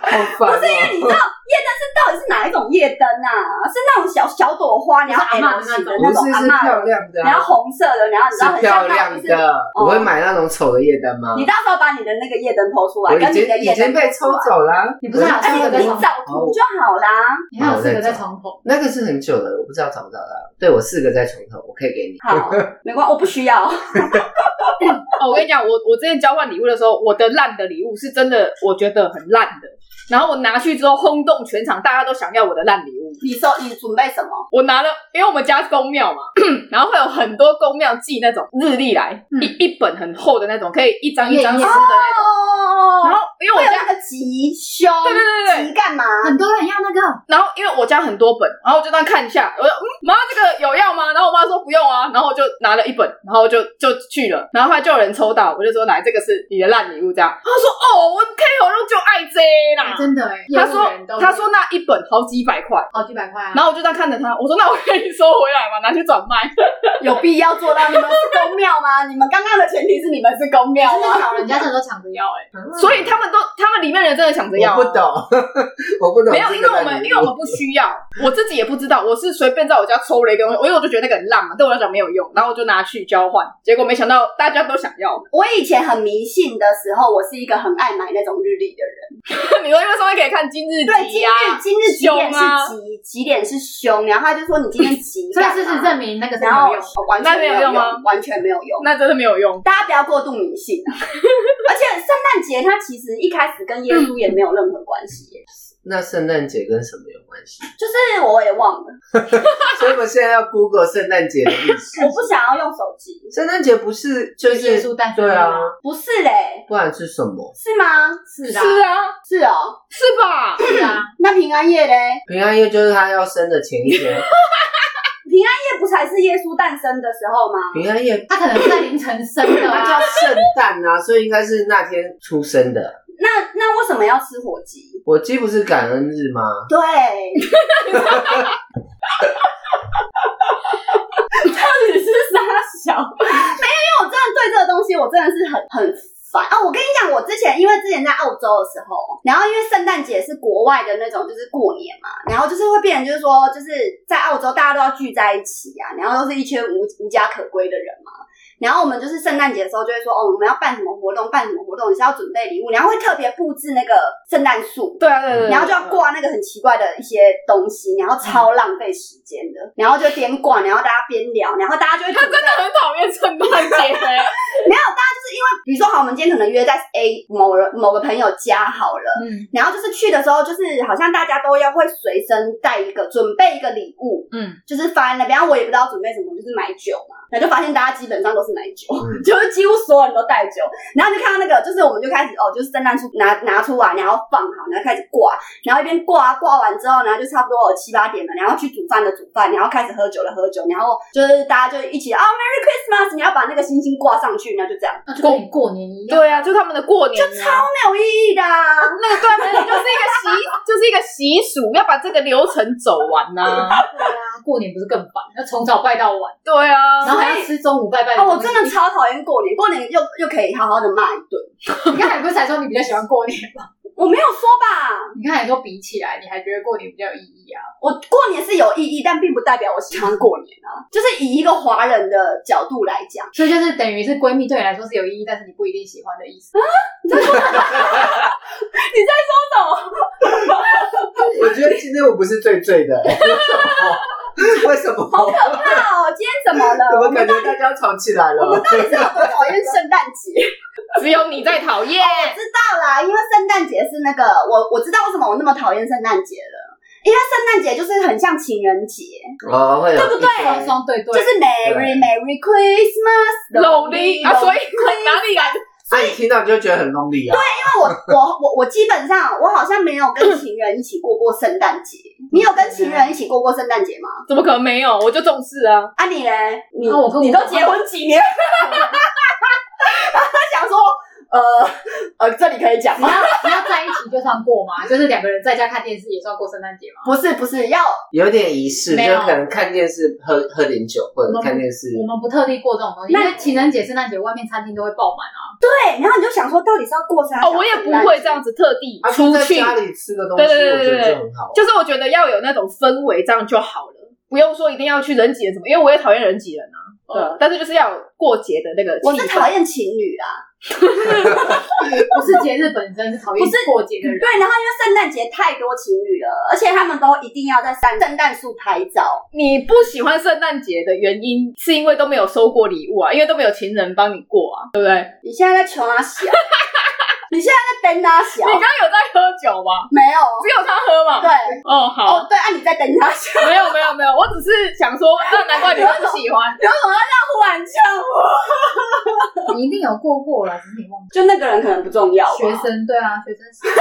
[SPEAKER 3] 好烦哦、
[SPEAKER 2] 哎你知道夜灯是到底是哪一种夜灯啊？是那种小小朵花，然后
[SPEAKER 4] 是阿嬷
[SPEAKER 2] L
[SPEAKER 4] 的那
[SPEAKER 2] 型的
[SPEAKER 4] 种
[SPEAKER 2] 那
[SPEAKER 3] 不
[SPEAKER 2] 种
[SPEAKER 3] 是
[SPEAKER 2] 阿
[SPEAKER 3] 是
[SPEAKER 2] 嬷
[SPEAKER 3] 漂亮的、
[SPEAKER 2] 然后
[SPEAKER 3] 啊，
[SPEAKER 2] 红色的，然后你知道
[SPEAKER 3] 是
[SPEAKER 2] 很像
[SPEAKER 3] 漂
[SPEAKER 2] 那种
[SPEAKER 3] 亮
[SPEAKER 2] 就是
[SPEAKER 3] 的。
[SPEAKER 2] 哦
[SPEAKER 3] 我会买那种丑的夜灯吗？
[SPEAKER 2] 你到时候把你的那个夜灯剖出
[SPEAKER 3] 我
[SPEAKER 2] 来，
[SPEAKER 3] 已
[SPEAKER 2] 跟你
[SPEAKER 3] 经
[SPEAKER 2] 的
[SPEAKER 3] 已
[SPEAKER 2] 夜
[SPEAKER 3] 经
[SPEAKER 2] 灯
[SPEAKER 3] 被抽走了。啊
[SPEAKER 4] 你不是还有
[SPEAKER 2] 而
[SPEAKER 4] 四
[SPEAKER 2] 且
[SPEAKER 4] 个
[SPEAKER 2] 哎你
[SPEAKER 4] 在床头？
[SPEAKER 2] 找图就好啦。
[SPEAKER 4] 你还有四个在床头？
[SPEAKER 3] 那个是很久了，我不知道找不找到。对我四个在床头，我可以给你。
[SPEAKER 2] 好，没关系，我不需要。
[SPEAKER 1] 哦，我跟你讲，我我之前交换礼物的时候，我的烂的礼物是真的，我觉得很烂的。然后我拿去之后轰动全场，大家都想要我的烂礼物。
[SPEAKER 2] 你收，你准备什么？
[SPEAKER 1] 我拿了，因为我们家是公庙嘛，然后会有很多公庙寄那种日历来，
[SPEAKER 4] 嗯
[SPEAKER 1] 一一本很厚的那种，可以一张一张撕
[SPEAKER 4] 页
[SPEAKER 1] 的
[SPEAKER 4] 页
[SPEAKER 1] 那种。然
[SPEAKER 2] 哦，
[SPEAKER 1] 后因为
[SPEAKER 2] 会
[SPEAKER 1] 我
[SPEAKER 2] 有
[SPEAKER 1] 家
[SPEAKER 2] 那个吉凶，
[SPEAKER 1] 对对对对
[SPEAKER 2] 吉干嘛？
[SPEAKER 4] 很多人要那个，
[SPEAKER 1] 然后因为我家很多本，然后我就这样看一下，我说嗯，妈这个有要吗？然后我妈说不用啊，然后我就拿了一本，然后就就去了，然后后来就有人抽到，我就说来这个是你的烂礼物这样，她说哦，我 K 好像就爱这啦，
[SPEAKER 4] 真的哎。
[SPEAKER 1] 她
[SPEAKER 4] 业务员都
[SPEAKER 1] 说她说那一本好几百块，
[SPEAKER 4] 好几百块啊！
[SPEAKER 1] 然后我就这样看着她，我说那我可以收回来吗？拿去转卖，
[SPEAKER 2] 有必要做到？你们是公庙吗？你们刚刚的前提是你们是公庙
[SPEAKER 4] 真的
[SPEAKER 2] 吗？
[SPEAKER 4] 老人家真的都抢着要哎。
[SPEAKER 1] 所以他们都他们里面人真的想着要啊
[SPEAKER 3] 我不懂， 我不懂
[SPEAKER 1] 没
[SPEAKER 3] 这个
[SPEAKER 1] 有，
[SPEAKER 3] 烂礼
[SPEAKER 1] 因
[SPEAKER 3] 物。
[SPEAKER 1] 为我们因为我们不需要，我自己也不知道，我是随便在我家抽了一个东西，因为我就觉得那个很烂嘛，对我来讲没有用，然后我就拿去交换，结果没想到大家都想要。
[SPEAKER 2] 我以前很迷信的时候，我是一个很爱买那种日历的人。
[SPEAKER 1] 你说因为上面可以看今日
[SPEAKER 2] 对，今
[SPEAKER 1] 集啊
[SPEAKER 2] 日，今日几点
[SPEAKER 1] 凶啊
[SPEAKER 2] 是吉，几点是凶，然后他就说你今天吉
[SPEAKER 4] 所以
[SPEAKER 2] 干嘛，
[SPEAKER 4] 事实证明那个是没
[SPEAKER 2] 然后
[SPEAKER 4] 有用。
[SPEAKER 2] 哦完
[SPEAKER 1] 那
[SPEAKER 2] 全
[SPEAKER 1] 没有
[SPEAKER 2] 没有
[SPEAKER 1] 用吗
[SPEAKER 2] 完全没有用。
[SPEAKER 1] 那真的没有用。
[SPEAKER 2] 大家不要过度迷信 啊！而且圣诞节它其实一开始跟耶稣也没有任何关系耶，
[SPEAKER 3] 那圣诞节跟什么有关系？
[SPEAKER 2] 就是我也忘了，
[SPEAKER 3] 所以我们现在要 Google 圣诞节的历 史。
[SPEAKER 2] 我不想要用手机，
[SPEAKER 3] 圣诞节不是就
[SPEAKER 4] 耶
[SPEAKER 3] 是
[SPEAKER 4] 稣诞生日
[SPEAKER 3] 对啊，
[SPEAKER 2] 不是嘞，
[SPEAKER 3] 不然是什么？
[SPEAKER 2] 是吗？
[SPEAKER 1] 是
[SPEAKER 4] 是的，
[SPEAKER 1] 啊，
[SPEAKER 2] 是哦，
[SPEAKER 1] 是吧？
[SPEAKER 4] 是啊，
[SPEAKER 2] 那平安夜嘞？
[SPEAKER 3] 平安夜就是他要生的前一天。
[SPEAKER 2] 夜不才是耶稣诞生的时候吗？
[SPEAKER 3] 平安夜
[SPEAKER 4] 他可能是在凌晨生 的
[SPEAKER 3] 它
[SPEAKER 4] 啊
[SPEAKER 3] 叫。圣诞啊，所以应该是那天出生的。
[SPEAKER 2] 那那为什么要吃火鸡？
[SPEAKER 3] 我记不是感恩日 吗？
[SPEAKER 2] 对，
[SPEAKER 1] 底是啥小？
[SPEAKER 2] 我真的对这个东西，我真的是很很烦啊！我跟你讲，我之前因为之前在澳洲的时候，然后因为圣诞节是国外的那种，就是过年嘛，然后就是会变成就是说，就是在澳洲大家都要聚在一起啊，然后都是一圈无无家可归的人嘛。然后我们就是圣诞节的时候就会说，哦，我们要办什么活动，办什么活动，你是要准备礼物，然后会特别布置那个圣诞树，
[SPEAKER 1] 对啊，对对对，
[SPEAKER 2] 然后就要挂那个很奇怪的一些东西，然后超浪费时间的，然后就边挂，然后大家边聊，然后大家就会准备
[SPEAKER 1] 很讨厌圣诞节，
[SPEAKER 2] 比如说，好，我们今天可能约在 A 某人某个朋友家好了，
[SPEAKER 1] 嗯
[SPEAKER 2] 然后就是去的时候，就是好像大家都要会随身带一个，准备一个礼物，
[SPEAKER 1] 嗯，
[SPEAKER 2] 就是放在那边。然后我也不知道准备什么，就是买酒嘛，然后就发现大家基本上都是买酒，
[SPEAKER 3] 嗯
[SPEAKER 2] 就是几乎所有人都带酒。然后就看到那个，就是我们就开始哦，就是圣诞树拿拿出来，然后放好，然后开始挂，然后一边挂挂完之后，然后就差不多哦七八点了，然后去煮饭的煮饭，然后开始喝酒的喝酒，然后就是大家就一起啊、Merry Christmas，你要把那个星星挂上去，然后就这样，
[SPEAKER 4] 那就跟你过年一样。
[SPEAKER 1] 对啊，就他们的过年啊，就超
[SPEAKER 2] 没有意义的啊、
[SPEAKER 1] 那个对，反正就是一个习， 就是一个习俗，要把这个流程走完呐。
[SPEAKER 4] 对啊，过年不是更烦？要从早拜到晚，
[SPEAKER 1] 对啊
[SPEAKER 4] 然，后还要吃中午拜拜。
[SPEAKER 2] 哦，我真的，超讨厌过年，过年又又可以好好的骂一顿。
[SPEAKER 4] 你刚才不是才说你比较喜欢过年吗？
[SPEAKER 2] 我没有说吧，
[SPEAKER 4] 你刚才说比起来，你还觉得过年比较有意义啊？
[SPEAKER 2] 我过年是有意义，但并不代表我喜欢过年啊。就是以一个华人的角度来 讲，
[SPEAKER 4] 所以就是等于是闺蜜对你来说是有意义，但是你不一定喜欢的意思。
[SPEAKER 3] 我觉得今天我不是最醉 的、欸，为什么？
[SPEAKER 2] 好可怕哦！今天怎么了？
[SPEAKER 3] 怎
[SPEAKER 2] 我
[SPEAKER 3] 么
[SPEAKER 2] 们
[SPEAKER 3] 感
[SPEAKER 2] 到
[SPEAKER 3] 觉大家吵起来了？
[SPEAKER 2] 底是有多讨厌圣诞节？
[SPEAKER 1] 只有你在讨厌，
[SPEAKER 2] 到啦，因为圣诞节是那个我我知道为什么我那么讨厌圣诞节了，因为圣诞节就是很像情人节，
[SPEAKER 3] 哦，会有
[SPEAKER 2] 对不对？
[SPEAKER 4] 双双对对，
[SPEAKER 2] 就是 Merry Merry Christmas，
[SPEAKER 1] 努力啊，所以哪里来的？
[SPEAKER 3] 那、你听到你就觉得很 lonely 啊？
[SPEAKER 2] 我我我我基本上我好像没有跟情人一起过过圣诞节。你有跟情人一起过过圣诞节吗？
[SPEAKER 1] 怎么可能没有？我就重视啊，
[SPEAKER 2] 啊你嘞？你、
[SPEAKER 4] 啊我跟我
[SPEAKER 2] 你都结婚几年？ 他想说，呃呃，这里可以讲
[SPEAKER 4] 你
[SPEAKER 2] 吗？
[SPEAKER 4] 要你要在一起就算过吗？就是两个人在家看电视也算过圣诞节吗？
[SPEAKER 2] 不是不是，要
[SPEAKER 3] 有点仪式，就
[SPEAKER 4] 没有
[SPEAKER 3] 可能看电视、喝喝点酒，或者看电视。
[SPEAKER 4] 我们不特地过这种东西，因
[SPEAKER 2] 那
[SPEAKER 4] 为情人节、圣诞节外面餐厅都会爆满啊。
[SPEAKER 2] 对，然后你就想说，到底是要过啥？
[SPEAKER 1] 哦，我也不会这样子特地
[SPEAKER 3] 啊，
[SPEAKER 1] 出
[SPEAKER 3] 在
[SPEAKER 1] 去，
[SPEAKER 3] 家里吃个东西，
[SPEAKER 1] 对对对
[SPEAKER 3] 我觉得
[SPEAKER 1] 对对
[SPEAKER 3] 就很好。
[SPEAKER 1] 就是我觉得要有那种氛围，这样就好了，不用说一定要去人挤人什么，因为我也讨厌人挤人啊。对啊，但是就是要有过节的那个
[SPEAKER 2] 我
[SPEAKER 1] 气
[SPEAKER 2] 是
[SPEAKER 1] 氛
[SPEAKER 2] 讨。厌情侣啊啦，
[SPEAKER 4] 不是节日本身，是讨
[SPEAKER 2] 不
[SPEAKER 4] 厌
[SPEAKER 2] 是
[SPEAKER 4] 过节的人。
[SPEAKER 2] 对，然后因为圣诞节太多情侣了，而且他们都一定要在圣圣诞树拍照，
[SPEAKER 1] 你不喜欢圣诞节的原因，是因为都没有收过礼物啊，因为都没有情人帮你过啊，对不对？
[SPEAKER 2] 你现在在求他小，你现在在等他小，
[SPEAKER 1] 你刚刚有在喝酒吗？
[SPEAKER 2] 没有？
[SPEAKER 1] 只有他喝嘛？
[SPEAKER 2] 对，
[SPEAKER 1] 哦，好，
[SPEAKER 2] 哦对，啊你在等他小。
[SPEAKER 1] 没有没有没有，我只是想说，那难怪你会不喜 欢。
[SPEAKER 2] 然后我要这样忽然呛我？
[SPEAKER 4] 你一定有过过了，只是你忘记。
[SPEAKER 2] 就那个人可能不重要吧。
[SPEAKER 4] 学生对啊，学生是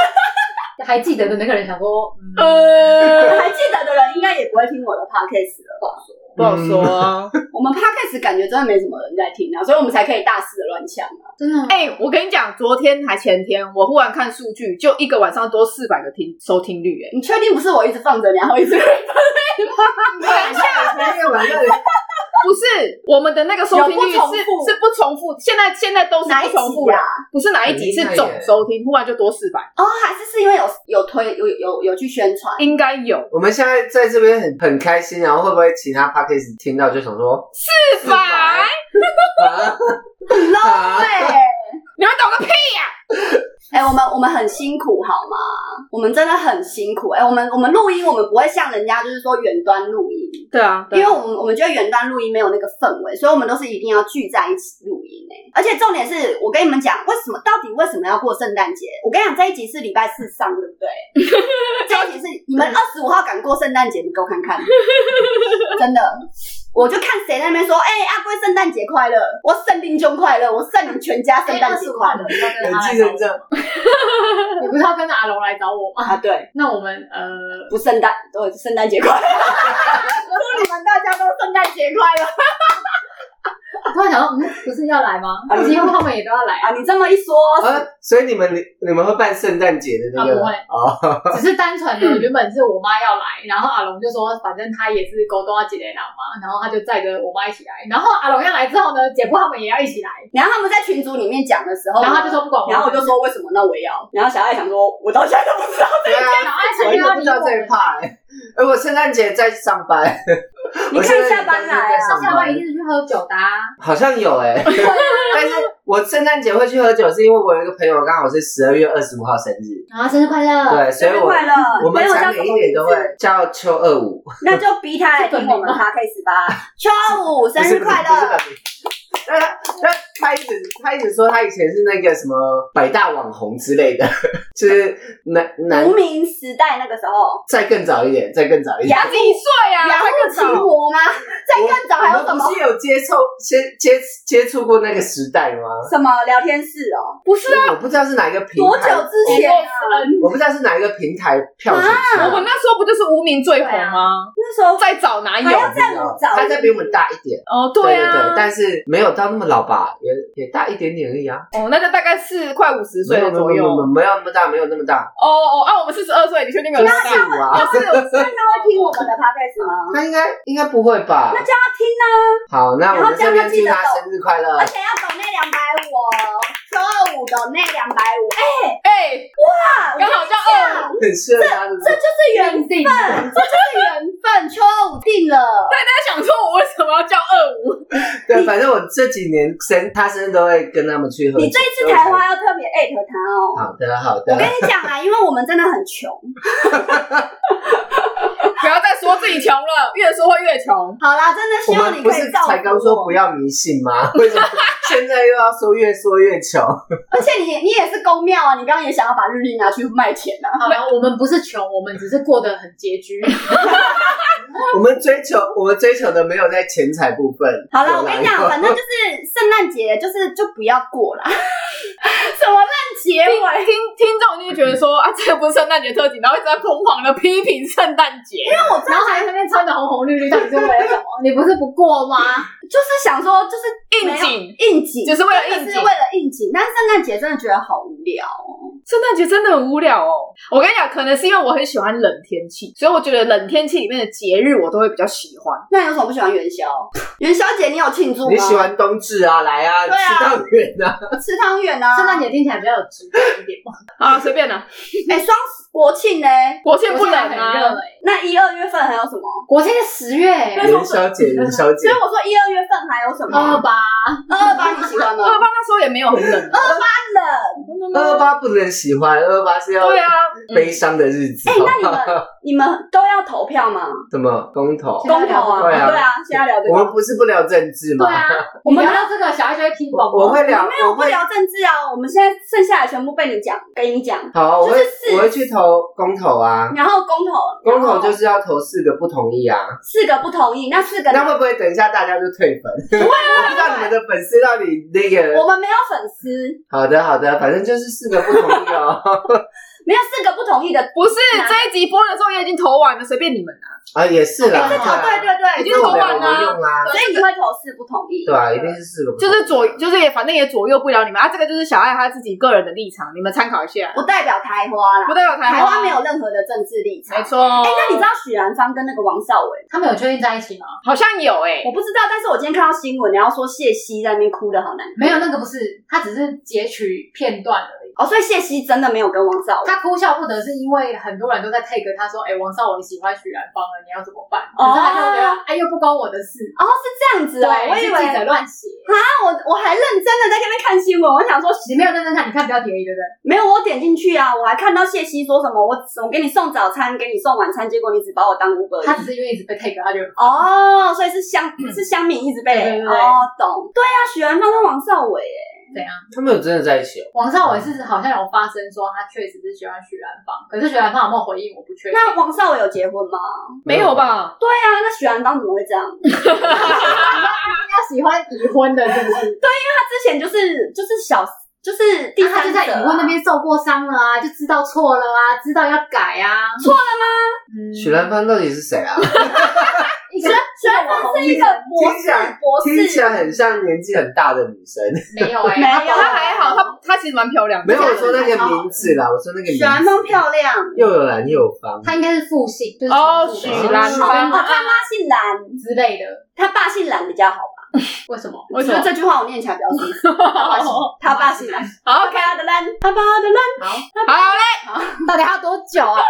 [SPEAKER 4] 还记得的那个人想说，嗯，
[SPEAKER 1] 呃，
[SPEAKER 2] 还记得的人应该也不会听我的 podcast 了吧？
[SPEAKER 1] 不好说啊。
[SPEAKER 2] 我们 podcast 感觉真的没什么人在听啊，所以我们才可以大肆的乱抢啊。
[SPEAKER 4] 真的吗
[SPEAKER 1] 哎、我跟你讲，昨天还前天，我忽然看数据，就一个晚上多四百个听收听率、哎，
[SPEAKER 2] 你确定不是我一直放着，然后一直
[SPEAKER 3] 等一下，因为晚上
[SPEAKER 1] 不是我们的那个收听率
[SPEAKER 2] 有不重
[SPEAKER 1] 是
[SPEAKER 2] 复
[SPEAKER 1] 是不重复，现在现在都是
[SPEAKER 2] 哪一
[SPEAKER 1] 不重复
[SPEAKER 2] 集
[SPEAKER 1] 的，
[SPEAKER 2] 啊？
[SPEAKER 1] 不是哪一集，
[SPEAKER 3] 很厉害
[SPEAKER 1] 是总收听，忽然就多四百，
[SPEAKER 2] 哦，还是是因为有有推有有有去宣传，
[SPEAKER 1] 应该有
[SPEAKER 3] 我们现在在这边很很开心，然后会不会其他 podcast 听到就想说
[SPEAKER 1] 四百，
[SPEAKER 3] 啊？
[SPEAKER 2] 很 low
[SPEAKER 3] 啊
[SPEAKER 2] 哎、
[SPEAKER 1] 你们懂个屁！
[SPEAKER 2] 哎、我们我们很辛苦好吗？我们真的很辛苦哎、我们我们录音，我们不会像人家就是说远端录音，
[SPEAKER 1] 对啊，
[SPEAKER 2] 因为我们我们觉得远端录音没有那个氛围，所以我们都是一定要聚在一起录音诶、而且重点是我跟你们讲，为什么到底为什么要过圣诞节？我跟你讲，这一集是礼拜四上，对不对？这一集是你们二十五号敢过圣诞节，你给我看看，真的。我就看谁在那边说，哎、阿龟圣诞节快乐，我圣丁兄快乐，我圣你们全家圣诞节快
[SPEAKER 1] 哎
[SPEAKER 2] 乐、
[SPEAKER 4] 你不要跟
[SPEAKER 3] 冷
[SPEAKER 4] 他来
[SPEAKER 3] 静
[SPEAKER 4] 找
[SPEAKER 3] 成
[SPEAKER 4] 我
[SPEAKER 3] 这样，
[SPEAKER 4] 你不是要跟着阿龙来找我吗？
[SPEAKER 2] 啊！对，
[SPEAKER 4] 那我们呃，
[SPEAKER 2] 不圣诞， 对，圣诞节快乐，祝你们大家都圣诞节快乐。
[SPEAKER 4] 我突然想到，嗯，不是要来吗
[SPEAKER 2] 啊？你
[SPEAKER 4] 几乎他们也都要来，
[SPEAKER 2] 啊！你这么一说，
[SPEAKER 3] 啊，所以你们你们会办圣诞节的那个？
[SPEAKER 4] 啊
[SPEAKER 3] 哦，
[SPEAKER 4] 只是单纯的原本是我妈要来，然后阿龙就说，反正他也是狗东要姐姐来嘛，然后他就载着我妈一起来。然后阿龙要来之后呢，姐夫他们也要一起来，
[SPEAKER 2] 然后他们在群组里面讲的时候，
[SPEAKER 4] 然后他就，说不管我们，
[SPEAKER 2] 哦然后我就说为什么？那我也要。然后小爱想说，我到现在都不知道。
[SPEAKER 3] 对啊，
[SPEAKER 4] 然后爱
[SPEAKER 3] 我
[SPEAKER 4] 情
[SPEAKER 3] 也
[SPEAKER 4] 要
[SPEAKER 3] 不
[SPEAKER 4] 理
[SPEAKER 3] 知道这一
[SPEAKER 4] 我。
[SPEAKER 3] 趴哎、哎，我圣诞节在上班，
[SPEAKER 2] 你
[SPEAKER 3] 我
[SPEAKER 2] 看
[SPEAKER 3] 圣诞节
[SPEAKER 2] 下班来啊
[SPEAKER 3] 在上
[SPEAKER 4] 下班一定是去喝酒的、啊，
[SPEAKER 3] 好像有哎、但是我圣诞节会去喝酒，是因为我有一个朋友刚好是十二月二十五号生日，
[SPEAKER 4] 然后生日快乐，
[SPEAKER 3] 对，所以
[SPEAKER 2] 生日
[SPEAKER 3] 我
[SPEAKER 2] 快乐！
[SPEAKER 3] 我们
[SPEAKER 2] 没有叫
[SPEAKER 3] 常
[SPEAKER 2] 什
[SPEAKER 3] 每
[SPEAKER 2] 么
[SPEAKER 3] 一
[SPEAKER 2] 名
[SPEAKER 3] 年
[SPEAKER 2] 字
[SPEAKER 3] 都会叫秋二五，
[SPEAKER 2] 那就逼他来听我们 podcast 吧。秋五生日快
[SPEAKER 3] 不是
[SPEAKER 2] 乐！
[SPEAKER 3] 本名。 那他那他一直他一直说他以前是那个什么百大网红之类的， 就是男男
[SPEAKER 2] 无名时代那个时候，
[SPEAKER 3] 再更早一点，再更早一点。
[SPEAKER 2] 雅
[SPEAKER 1] 几岁啊？
[SPEAKER 2] 雅
[SPEAKER 1] 会
[SPEAKER 2] 虎
[SPEAKER 1] 更
[SPEAKER 2] 奇
[SPEAKER 1] 早。
[SPEAKER 2] 摩吗？再更早还有
[SPEAKER 3] 我
[SPEAKER 2] 什
[SPEAKER 3] 们
[SPEAKER 2] 么
[SPEAKER 3] 不？是有接触接接接触过那个时代吗？
[SPEAKER 2] 什么聊天室哦？不是
[SPEAKER 3] 所以我不知道是哪一个平
[SPEAKER 2] 多
[SPEAKER 3] 台，
[SPEAKER 2] 久之前啊？
[SPEAKER 3] 我不知道是哪一个平台票选出
[SPEAKER 1] 我
[SPEAKER 3] 来
[SPEAKER 1] 们
[SPEAKER 3] 的。
[SPEAKER 1] 那时候不就是无名最红吗？
[SPEAKER 2] 那时候
[SPEAKER 1] 再早哪有
[SPEAKER 2] 还？要再
[SPEAKER 3] 我
[SPEAKER 2] 么
[SPEAKER 3] 不知
[SPEAKER 2] 早
[SPEAKER 3] 道，他在比我们大一点，
[SPEAKER 1] 哦，
[SPEAKER 3] 对对
[SPEAKER 1] 啊
[SPEAKER 3] 对，，但是没有到那么老吧，也也大一点点而已啊，
[SPEAKER 1] 哦，那就大概是快五十岁
[SPEAKER 3] 没有
[SPEAKER 1] 的
[SPEAKER 3] 没有
[SPEAKER 1] 左
[SPEAKER 3] 没
[SPEAKER 1] 右。
[SPEAKER 3] 有
[SPEAKER 1] 哦
[SPEAKER 3] 没有那么大，没有那么大，
[SPEAKER 1] 哦啊，我们四十二岁，你确定没有？哦
[SPEAKER 3] 四五啊，
[SPEAKER 2] 是，那他会听我们的 podcast 吗？
[SPEAKER 3] 他应该应该不会吧？
[SPEAKER 2] 那就要听啊，
[SPEAKER 3] 好，那我
[SPEAKER 2] 然后
[SPEAKER 3] 们
[SPEAKER 2] 这样
[SPEAKER 3] 这边
[SPEAKER 2] 就记
[SPEAKER 3] 祝
[SPEAKER 2] 得
[SPEAKER 3] 他生日快乐
[SPEAKER 2] 而。且要抖那两百五哦，秋二五抖那两百五，哎，
[SPEAKER 1] 哎，
[SPEAKER 2] 哇，我
[SPEAKER 1] 刚好叫二五，
[SPEAKER 3] 很适合他的，
[SPEAKER 2] 这就是缘分，
[SPEAKER 4] 定
[SPEAKER 2] 这就是缘分，秋二五定了。
[SPEAKER 1] 大家想说我为什么要叫二五？
[SPEAKER 3] 对，反正我这几年生他生日都会跟他们去喝酒。
[SPEAKER 2] 你这一
[SPEAKER 3] 所
[SPEAKER 2] 次
[SPEAKER 3] 以我才
[SPEAKER 2] 台花要特别艾特他哦。
[SPEAKER 3] 好的好
[SPEAKER 2] 我跟
[SPEAKER 3] 的，
[SPEAKER 2] 你讲啊，因为我们真的很穷。
[SPEAKER 1] 不要再说自己穷了，越说会越穷。
[SPEAKER 2] 好啦，真的希望你
[SPEAKER 3] 们不
[SPEAKER 2] 可以
[SPEAKER 3] 是
[SPEAKER 2] 照顾
[SPEAKER 3] 才刚说不
[SPEAKER 2] 要，
[SPEAKER 3] 要迷信吗？为什么现在又要说越说越穷？
[SPEAKER 2] 而且你你也是公庙啊，你刚刚也想要把日历拿去卖钱 啊。
[SPEAKER 4] 好了，我们不是穷，我们只是过得很拮据。
[SPEAKER 3] 我们追求我们追求的没有在钱财部分。
[SPEAKER 2] 好了，我跟你讲，
[SPEAKER 3] 有啦
[SPEAKER 2] 反正就是圣诞节，就是就不要过啦。 什么烂结
[SPEAKER 1] 听
[SPEAKER 2] 尾？
[SPEAKER 1] 听听众就觉得说啊，这个不是圣诞节特辑，然后一直在疯狂的批评圣诞节。
[SPEAKER 4] 然后还在那边穿的红红绿绿，到底是为了什么？你不是不过吗？
[SPEAKER 2] 就是想说，就是
[SPEAKER 1] 应景
[SPEAKER 2] 没有应景，
[SPEAKER 1] 只是为了应景
[SPEAKER 2] 真的是为了应景。但圣诞节真的觉得好无聊哦。
[SPEAKER 1] 圣诞节真的很无聊哦。我跟你讲，可能是因为我很喜欢冷天气，所以我觉得冷天气里面的节日我都会比较喜欢。
[SPEAKER 2] 那你有什么不喜欢元宵？元宵节你有庆祝吗？
[SPEAKER 3] 你喜欢冬至啊，来啊，
[SPEAKER 2] 对啊
[SPEAKER 3] 吃汤圆啊，
[SPEAKER 2] 吃汤圆啊？
[SPEAKER 4] 圣诞节听起来比较有质感一点嘛。
[SPEAKER 1] 啊，随便啦，
[SPEAKER 2] 哎，双十国庆呢？
[SPEAKER 1] 国庆不
[SPEAKER 4] 国庆
[SPEAKER 1] 冷
[SPEAKER 4] 还很热
[SPEAKER 1] 啊，
[SPEAKER 4] 哎，
[SPEAKER 2] 那一二月份还有什么？
[SPEAKER 4] 国庆是十月哎，
[SPEAKER 2] 对
[SPEAKER 3] 元宵节，元宵节
[SPEAKER 2] 所以。我说一二月份还有什么？
[SPEAKER 3] 哦
[SPEAKER 4] 二八，
[SPEAKER 2] 二八你喜欢 吗？
[SPEAKER 1] 二八那时候也没有很冷。啊
[SPEAKER 2] 冷。
[SPEAKER 3] 二八不能喜欢，二八是要
[SPEAKER 1] 对啊，
[SPEAKER 3] 悲伤的日
[SPEAKER 2] 嗯
[SPEAKER 3] 子。
[SPEAKER 2] 哎、
[SPEAKER 3] 好
[SPEAKER 2] 那你们 你们都要投票吗？
[SPEAKER 3] 怎么公投？
[SPEAKER 4] 现在
[SPEAKER 2] 公
[SPEAKER 4] 聊
[SPEAKER 2] 投啊？
[SPEAKER 3] 对啊
[SPEAKER 2] 对啊，现在聊这
[SPEAKER 3] 我们
[SPEAKER 2] 个。
[SPEAKER 3] 不是不聊政治吗
[SPEAKER 4] 对？ 啊，
[SPEAKER 2] 我们
[SPEAKER 4] 聊到这个，小孩就会听懂
[SPEAKER 3] 我我会聊，
[SPEAKER 2] 没有
[SPEAKER 3] 我
[SPEAKER 2] 不
[SPEAKER 3] 会
[SPEAKER 2] 聊政治啊，我们现在剩下的全部被你讲，给你讲。
[SPEAKER 3] 好，我会
[SPEAKER 2] 就是四
[SPEAKER 3] 我会去投公投啊。
[SPEAKER 2] 然后公投，
[SPEAKER 3] 公投就是是要投四个不同意啊，
[SPEAKER 2] 四个不同意，那四个
[SPEAKER 3] 那会不会等一下大家就退 粉？ 我不知道你们的粉丝到底那个
[SPEAKER 2] 啊我们没有粉丝，
[SPEAKER 3] 好的好的，反正就是四个不同意哦。
[SPEAKER 2] 没有四个不同意的。
[SPEAKER 1] 不是这一集播的时候也已经投完了，随便你们啊。
[SPEAKER 3] 啊，也是
[SPEAKER 2] 哦
[SPEAKER 3] 啦，对啊
[SPEAKER 2] 对对对，
[SPEAKER 1] 已经
[SPEAKER 3] 那
[SPEAKER 1] 投
[SPEAKER 3] 我
[SPEAKER 1] 完
[SPEAKER 2] 啊
[SPEAKER 1] 了
[SPEAKER 3] 们没用啦，
[SPEAKER 2] 所以你会投四不同意。
[SPEAKER 3] 对啊，一定是四个不同
[SPEAKER 1] 就是左，就是也反正也左右不了你们啊。这个就是小爱她自己个人的立场，你们参考一下，
[SPEAKER 2] 不代表台花
[SPEAKER 1] 不
[SPEAKER 2] 啦，
[SPEAKER 1] 代表台
[SPEAKER 2] 台
[SPEAKER 1] 湾
[SPEAKER 2] 湾没，有任何的政治立
[SPEAKER 1] 没
[SPEAKER 2] 场。哎，
[SPEAKER 1] 错。
[SPEAKER 2] 那你知道许兰芳跟那个王少伟？
[SPEAKER 4] 他们有确定在一起吗？
[SPEAKER 1] 好像有哎，
[SPEAKER 2] 我不知道，但是我今天看到新闻，然后说谢希在那边哭的好难
[SPEAKER 4] 没有，那个不是，他只是截取片段而已。
[SPEAKER 2] 哦，所以谢希真的没有跟王少伟。
[SPEAKER 4] 他哭笑不得，是因为很多人都在 take 他说，哎、王少文喜欢许兰芳了，你要怎么办？
[SPEAKER 2] 哦
[SPEAKER 4] 可是他就觉得，哎，又不关我的事。
[SPEAKER 2] 哦，是这样子
[SPEAKER 4] 对，
[SPEAKER 2] 哦，我以
[SPEAKER 4] 是
[SPEAKER 2] 为
[SPEAKER 4] 记者
[SPEAKER 2] 啊，
[SPEAKER 4] 乱写。
[SPEAKER 2] 我我还认真的在那边看新闻，我想说
[SPEAKER 4] 你没有认真看，你看标题而已，对不对？
[SPEAKER 2] 没有，我点进去啊，我还看到谢希说什么，我我给你送早餐，给你送晚餐，结果你只把我当 Uber
[SPEAKER 4] 他
[SPEAKER 2] Eats。
[SPEAKER 4] 只是因为一直被 take，他就
[SPEAKER 2] 哦，所以是乡是乡民一直被
[SPEAKER 4] 对对对对
[SPEAKER 2] 哦懂，对啊，许兰芳跟王少伟耶，
[SPEAKER 4] 怎样？
[SPEAKER 3] 他们有真的在一起哦？
[SPEAKER 4] 王少伟是好像有发声说他确实是喜欢许兰芳，可是许兰芳有没有回应我不确定。
[SPEAKER 2] 那王少伟有结婚吗？
[SPEAKER 1] 没有？吧？
[SPEAKER 2] 对啊，那许兰芳怎么会这样？
[SPEAKER 4] 他喜欢已婚的，是不是？
[SPEAKER 2] 他之前就是就是小就是第
[SPEAKER 4] 他就
[SPEAKER 2] 三者啊、
[SPEAKER 4] 在已婚那边受过伤了啊，就知道错了啊，知道要改啊。错了吗？嗯
[SPEAKER 3] 许兰芳到底是谁啊？
[SPEAKER 4] 一
[SPEAKER 2] 学学生是一个博
[SPEAKER 3] 听起
[SPEAKER 2] 士
[SPEAKER 3] 来，
[SPEAKER 2] 博
[SPEAKER 3] 听起
[SPEAKER 2] 士
[SPEAKER 3] 来很像年纪很大的女生。
[SPEAKER 4] 没有哎、
[SPEAKER 2] 没有
[SPEAKER 4] 他
[SPEAKER 1] 她还好，她她其实蛮漂
[SPEAKER 2] 啊
[SPEAKER 1] 亮的。
[SPEAKER 3] 没有我说那个名字
[SPEAKER 2] 哦
[SPEAKER 3] 啦，我说那个名字。
[SPEAKER 2] 许兰芳漂亮，
[SPEAKER 3] 又有蓝又有方，
[SPEAKER 4] 他应该是复姓，就是
[SPEAKER 1] 哦
[SPEAKER 4] 重复
[SPEAKER 1] 许
[SPEAKER 4] 的
[SPEAKER 1] 兰芳
[SPEAKER 2] 哦，他妈姓蓝，
[SPEAKER 4] 之类的，
[SPEAKER 2] 他爸姓蓝比较好吧？
[SPEAKER 4] 为什么？
[SPEAKER 1] 我
[SPEAKER 2] 我
[SPEAKER 1] 觉
[SPEAKER 2] 觉
[SPEAKER 1] 得
[SPEAKER 2] 得
[SPEAKER 1] 这
[SPEAKER 2] 这句话我念起来比较舒服。他爸姓他爸姓蓝，
[SPEAKER 1] 好 OK，
[SPEAKER 2] 他的蓝，他爸的蓝，
[SPEAKER 1] 好嘞，
[SPEAKER 4] 到底还要多久啊？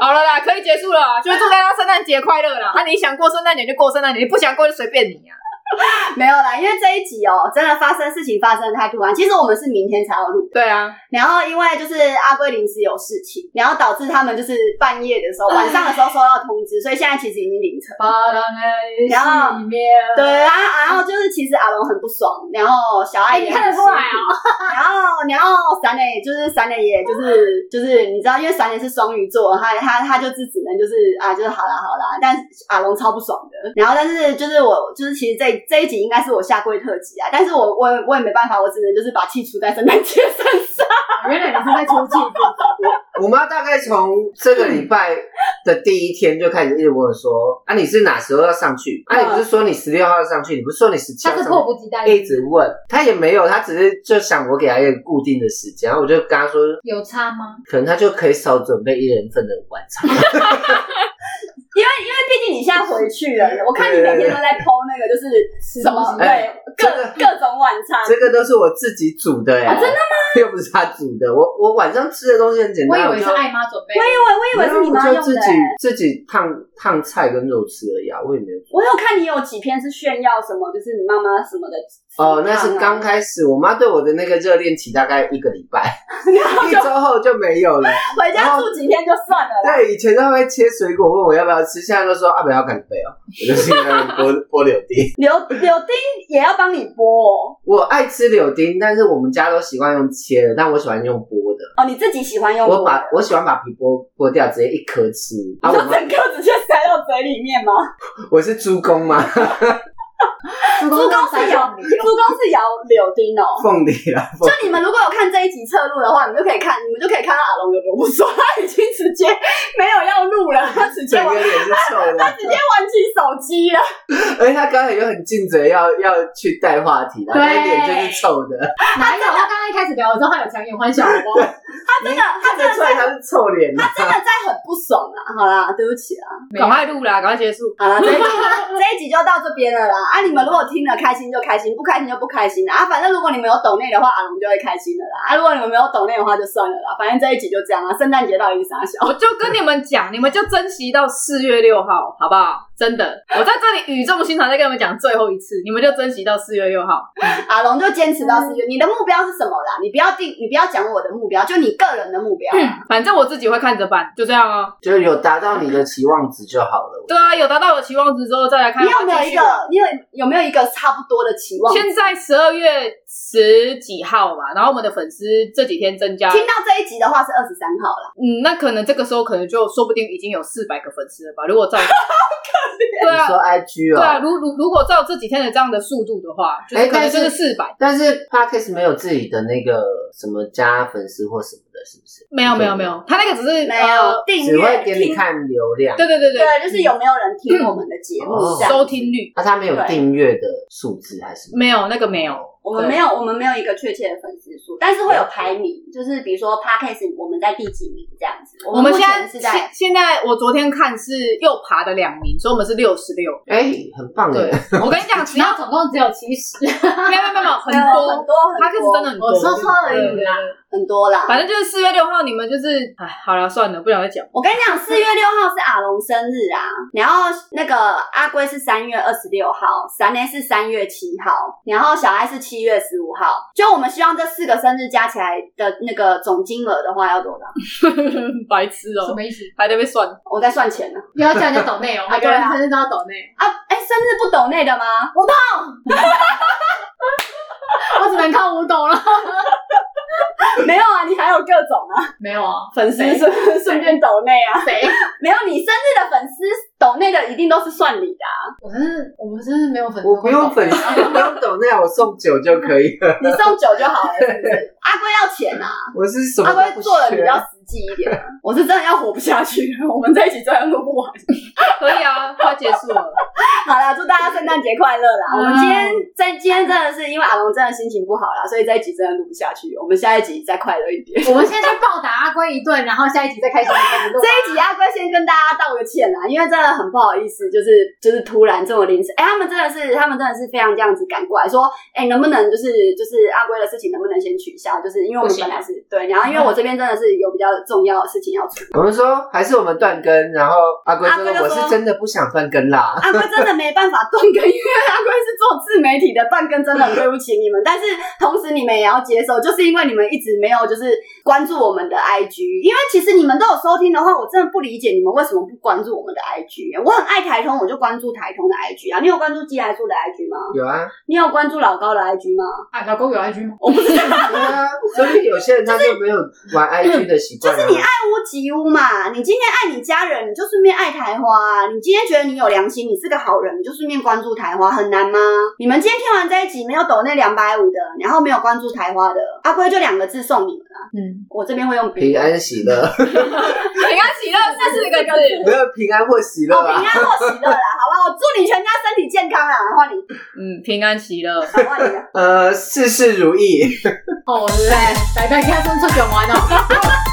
[SPEAKER 1] 好了啦，可以结束了啦，就是祝大家圣诞节快乐啦！啊，你想过圣诞节就过圣诞节，你不想过就随便你啊。
[SPEAKER 2] 没有啦，因为这一集哦，真的发生事情发生的太突然。其实我们是明天才要录，
[SPEAKER 1] 对啊，
[SPEAKER 2] 然后因为就是阿龟临时有事情，然后导致他们就是半夜的时候、晚上的时候收到通知，所以现在其实已经凌晨。
[SPEAKER 4] 巴郎
[SPEAKER 2] 然
[SPEAKER 4] 爱
[SPEAKER 2] 后
[SPEAKER 4] 里面，
[SPEAKER 2] 对啊，然后就是其实阿龙很不爽，然后小爱也
[SPEAKER 4] 哎，你
[SPEAKER 2] 很
[SPEAKER 4] 看得出
[SPEAKER 2] 气
[SPEAKER 4] 来哦，
[SPEAKER 2] 然后，然后闪磊就是闪磊，也就是就是你知道，因为闪磊是双鱼座，他他他就是只能就是啊，就是好啦好啦。但是阿龙超不爽的。然后，但是就是我就是其实这一这一集应该是我下跪特辑啊，但是我我也我也没办法，我只能就是把气出在圣诞节身上。
[SPEAKER 4] 原来你是在出气，
[SPEAKER 3] 我妈大概从这个礼拜的第一天就开始一直问我说：“啊，你是哪时候要上去？
[SPEAKER 2] 嗯
[SPEAKER 3] 啊，你不是说你十六号要上去？你不是说你十七号
[SPEAKER 4] 他
[SPEAKER 3] 上
[SPEAKER 4] 是
[SPEAKER 3] 去
[SPEAKER 4] 迫不及待
[SPEAKER 3] 一直问，她也没有，她只是就想我给她一个固定的时间，然后我就跟她说，
[SPEAKER 4] 有差吗？
[SPEAKER 3] 可能她就可以少准备一人份的晚餐。
[SPEAKER 2] 因为因为毕竟你现在回去了，我看你每天都在剖那个就是什么
[SPEAKER 3] 对
[SPEAKER 2] 对各
[SPEAKER 3] 这个
[SPEAKER 2] 各种晚餐。
[SPEAKER 3] 这个都是我自己煮的
[SPEAKER 2] 啊
[SPEAKER 3] 呀、
[SPEAKER 2] 真
[SPEAKER 3] 的吗？又不是她煮的，我我晚上吃的东西很简
[SPEAKER 4] 我
[SPEAKER 3] 单，
[SPEAKER 4] 以
[SPEAKER 3] 我
[SPEAKER 4] 为
[SPEAKER 3] 就是
[SPEAKER 4] 艾妈准备，
[SPEAKER 2] 我以为我以为是你妈
[SPEAKER 3] 我就
[SPEAKER 2] 用
[SPEAKER 3] 自
[SPEAKER 2] 的
[SPEAKER 3] 己
[SPEAKER 2] 欸、
[SPEAKER 3] 自己烫烫菜跟肉吃而已啊，我也没有。
[SPEAKER 2] 我有看你有几篇是炫耀什么，就是你妈妈什么的。
[SPEAKER 3] 哦，那是刚开始，我妈对我的那个热恋期大概一个礼拜，一周后就没有了。
[SPEAKER 2] 回家住几天就算了啦。
[SPEAKER 3] 对，以前她会切水果问我要不要吃，现在都说啊不要干杯哦，我就是那种剥剥柳丁。
[SPEAKER 2] 柳柳丁也要帮你剥哦。
[SPEAKER 3] 我爱吃柳丁，但是我们家都习惯用切的，但我喜欢用剥的。
[SPEAKER 2] 哦，你自己喜欢用
[SPEAKER 3] 我
[SPEAKER 2] 剥
[SPEAKER 3] 把
[SPEAKER 2] 的。
[SPEAKER 3] 我喜欢把皮剥剥掉，直接一颗吃。啊，
[SPEAKER 2] 你
[SPEAKER 3] 我
[SPEAKER 2] 说
[SPEAKER 3] 妈
[SPEAKER 2] 整颗直接塞到嘴里面吗？
[SPEAKER 3] 我是猪公吗？
[SPEAKER 4] 猪
[SPEAKER 2] 猪公
[SPEAKER 4] 在
[SPEAKER 2] 是咬，
[SPEAKER 4] 用你哦
[SPEAKER 2] 猪公是咬柳丁哦。
[SPEAKER 3] 凤梨啦，凤
[SPEAKER 2] 就你们如果有看这一集侧录的话，你们就可以看，你们就可以看到阿龙有多不爽，他已经直接没有要录了，他直接
[SPEAKER 3] 整个
[SPEAKER 2] 玩，
[SPEAKER 3] 脸是臭 的。
[SPEAKER 2] 直接玩起手机了。
[SPEAKER 3] 而且他刚才又很尽责要要去带话题啦，
[SPEAKER 4] 对
[SPEAKER 3] 那脸就是臭的，
[SPEAKER 4] 哪有？他刚刚一开始聊的时候，他有强颜欢笑，好不好？
[SPEAKER 2] 他真的，他
[SPEAKER 3] 看得
[SPEAKER 2] 真
[SPEAKER 3] 出
[SPEAKER 2] 的在，
[SPEAKER 3] 来他是臭脸的。
[SPEAKER 2] 他真的在很不爽啊。好啦，对不起啊。
[SPEAKER 4] 没
[SPEAKER 1] 赶
[SPEAKER 4] 有
[SPEAKER 1] 快录啦，赶快结束。
[SPEAKER 2] 好了，这一集 这一集就到这边了啦。啊，你们如果听了开心就开心，不开心就不开心啦。啊，反正如果你们有抖内的话，阿龙就会开心的啦。啊，如果你们没有抖内的话，就算了啦。反正这一集就这样啦。啊圣诞节到底是啥 小？
[SPEAKER 1] 我就跟你们讲，你们就珍惜到四月六号，好不好？真的，我在这里语重心长再跟你们讲最后一次，你们就珍惜到四月六号。
[SPEAKER 2] 阿龙就坚持到四月。你的目标是什么啦？你不要定，你不要讲我的目标，就你个人的目标啦。啊
[SPEAKER 1] 反正我自己会看着办，就这样啊。
[SPEAKER 3] 就是有达到你的期望值就好了。
[SPEAKER 1] 对啊，有达到我期望值之后再来看。
[SPEAKER 2] 你有没有
[SPEAKER 1] 嗯继
[SPEAKER 2] 一
[SPEAKER 1] 续
[SPEAKER 2] 个
[SPEAKER 1] 玩？
[SPEAKER 2] 你有有没有一个差不多的期望？
[SPEAKER 1] 现在十二月十几号嘛，然后我们的粉丝这几天增加，
[SPEAKER 2] 听到这一集的话是二十三号啦。
[SPEAKER 1] 嗯，那可能这个时候可能就说不定已经有四百个粉丝了吧？如果 照，对
[SPEAKER 3] 你说
[SPEAKER 1] 啊，
[SPEAKER 3] IG
[SPEAKER 1] 对啊，
[SPEAKER 3] 哦，
[SPEAKER 1] 如如如果照这几天的这样的速度的话，就是
[SPEAKER 3] 哎
[SPEAKER 1] 可能
[SPEAKER 3] 但是
[SPEAKER 1] 就是四百。
[SPEAKER 3] 但是 Podcast 没有自己的那个什么加粉丝或什么的，是不是？
[SPEAKER 1] 没有没有没有，他那个只是
[SPEAKER 2] 没
[SPEAKER 1] 呃
[SPEAKER 2] 有订
[SPEAKER 3] 只
[SPEAKER 2] 阅
[SPEAKER 3] 会给你
[SPEAKER 2] 听，
[SPEAKER 3] 看流量，
[SPEAKER 1] 对对对
[SPEAKER 2] 对，就是有没有人听我们的节目？
[SPEAKER 3] 嗯
[SPEAKER 2] 这样
[SPEAKER 1] 收听率
[SPEAKER 3] 那他没有
[SPEAKER 2] 对
[SPEAKER 3] 订阅的数字还是什么？
[SPEAKER 1] 没有那个没有，
[SPEAKER 2] 我们没有，我们没有一个确切的粉丝数，但是会有排名，就是比如说 podcast 我们在第几名这样子。
[SPEAKER 1] 我
[SPEAKER 2] 们
[SPEAKER 1] 们
[SPEAKER 2] 目
[SPEAKER 1] 现
[SPEAKER 2] 前
[SPEAKER 1] 在
[SPEAKER 2] 是
[SPEAKER 1] 现
[SPEAKER 2] 在
[SPEAKER 1] 现在我昨天看是又爬了两名，所以我们是六十六。
[SPEAKER 3] 哎、很棒
[SPEAKER 1] 对
[SPEAKER 3] 哎！，
[SPEAKER 1] 我跟你讲，只
[SPEAKER 4] 然
[SPEAKER 1] 要
[SPEAKER 4] 后总共只有七十，
[SPEAKER 1] 没有没有没有很
[SPEAKER 2] 没有很
[SPEAKER 1] 多，
[SPEAKER 2] 多
[SPEAKER 1] 他开
[SPEAKER 2] 很
[SPEAKER 1] 始真的
[SPEAKER 2] 多
[SPEAKER 1] 很多。
[SPEAKER 4] 我说错而
[SPEAKER 1] 对
[SPEAKER 4] 已
[SPEAKER 1] 对
[SPEAKER 4] 啦。
[SPEAKER 1] 对
[SPEAKER 2] 很多啦。
[SPEAKER 1] 反正就是四月六号，你们就是哎，好了，算了，不想再讲。
[SPEAKER 2] 我跟你讲，四月六号是阿龙生日啊，然后那个阿龟是三月二十六号，闪雷是三月七号，然后小爱是七月十五号。就我们希望这四个生日加起来的那个总金额的话要多少？
[SPEAKER 1] 白痴哦、
[SPEAKER 4] 什么意思？
[SPEAKER 1] 还在被算。
[SPEAKER 2] 我在算钱呢。
[SPEAKER 4] 又要叫人家抖内哦，每个人生日都要抖内，
[SPEAKER 2] 啊，哎，生日不抖内的吗？我懂，
[SPEAKER 4] 我只能靠五抖了。
[SPEAKER 2] 没有啊，你还有各种啊，
[SPEAKER 4] 没有啊，
[SPEAKER 2] 粉丝顺顺便抖内啊。
[SPEAKER 4] 谁？
[SPEAKER 2] 没有，你生日的粉丝抖内的一定都是算你的、啊，
[SPEAKER 4] 我真是我们真是没有粉丝，啊
[SPEAKER 3] 我不用粉丝，我不用懂那样，我送酒就可以 了。
[SPEAKER 2] 啊你送酒就好了，是不 是？阿龟要钱啊，
[SPEAKER 3] 我是什
[SPEAKER 2] 阿
[SPEAKER 3] 么都
[SPEAKER 2] 龟
[SPEAKER 3] 不
[SPEAKER 2] 做的比
[SPEAKER 3] 缺
[SPEAKER 2] 较。实际一点啊、我是真的要活不下去了，我们在一起这样录不完。
[SPEAKER 1] 可以啊，快结束了，
[SPEAKER 2] 好啦，祝大家圣诞节快乐
[SPEAKER 3] 嗯
[SPEAKER 2] 啦！我们今天在今天真的是因为阿龙真的心情不好啦，所以这一集真的录不下去。我们下一集再快乐一点。
[SPEAKER 4] 我们现在暴打阿龟一顿，然后下一集再开始开始录。
[SPEAKER 2] 这一集阿龟先跟大家道个歉啦，因为真的很不好意思，就是就是突然这么临时，哎、他们真的是他们真的是非常这样子赶过来说，哎、能不能就是就是阿龟的事情能不能先取消？就是因为我们
[SPEAKER 1] 不行
[SPEAKER 2] 本
[SPEAKER 1] 啊
[SPEAKER 2] 来是对，然后因为我这边真的是有比较重要的事情要处理，
[SPEAKER 3] 我们说还是我们断更，然后阿龟
[SPEAKER 2] 阿
[SPEAKER 3] 说
[SPEAKER 2] 龟就说
[SPEAKER 3] 我是真的不想断更 啦。
[SPEAKER 2] 阿龟真的没办法断更，因为阿龟是做自媒体的，断更真的很对不起你们。但是同时你们也要接受，就是因为你们一直没有就是关注我们的 IG，因为其实你们都有收听的话，我真的不理解你们为什么不关注我们的 IG。我很爱台通，我就关注台通的 IG 啊。你有关注寄来树的 IG 吗？
[SPEAKER 3] 有啊，
[SPEAKER 2] 你有关注老高的 IG 吗？
[SPEAKER 4] 啊，老公有 IG 吗？
[SPEAKER 3] 对啊，所以有些人他就没有玩 IG 的习惯啊。
[SPEAKER 2] 就是你爱屋及乌嘛。你今天爱你家人，你就顺便爱台花啊、你今天觉得你有良心，你是个好人，你就顺便关注台花，很难吗？你们今天听完这一集，没有抖那两百五的，然后没有关注台花的，阿龟就两个字送你们啦。
[SPEAKER 4] 嗯，
[SPEAKER 2] 我这边会用哦
[SPEAKER 3] 平安喜乐，
[SPEAKER 1] 平安喜乐这四个字，
[SPEAKER 3] 没有平安或喜乐
[SPEAKER 2] 哦，平
[SPEAKER 3] 啊。
[SPEAKER 2] 安或喜乐啦，好不好？祝你全家身体健康啦，啊换你，
[SPEAKER 1] 嗯，平安喜乐，
[SPEAKER 2] 换你了。
[SPEAKER 3] 呃，事事如意。
[SPEAKER 4] 哦，对，拜拜，跟他生出去玩哦。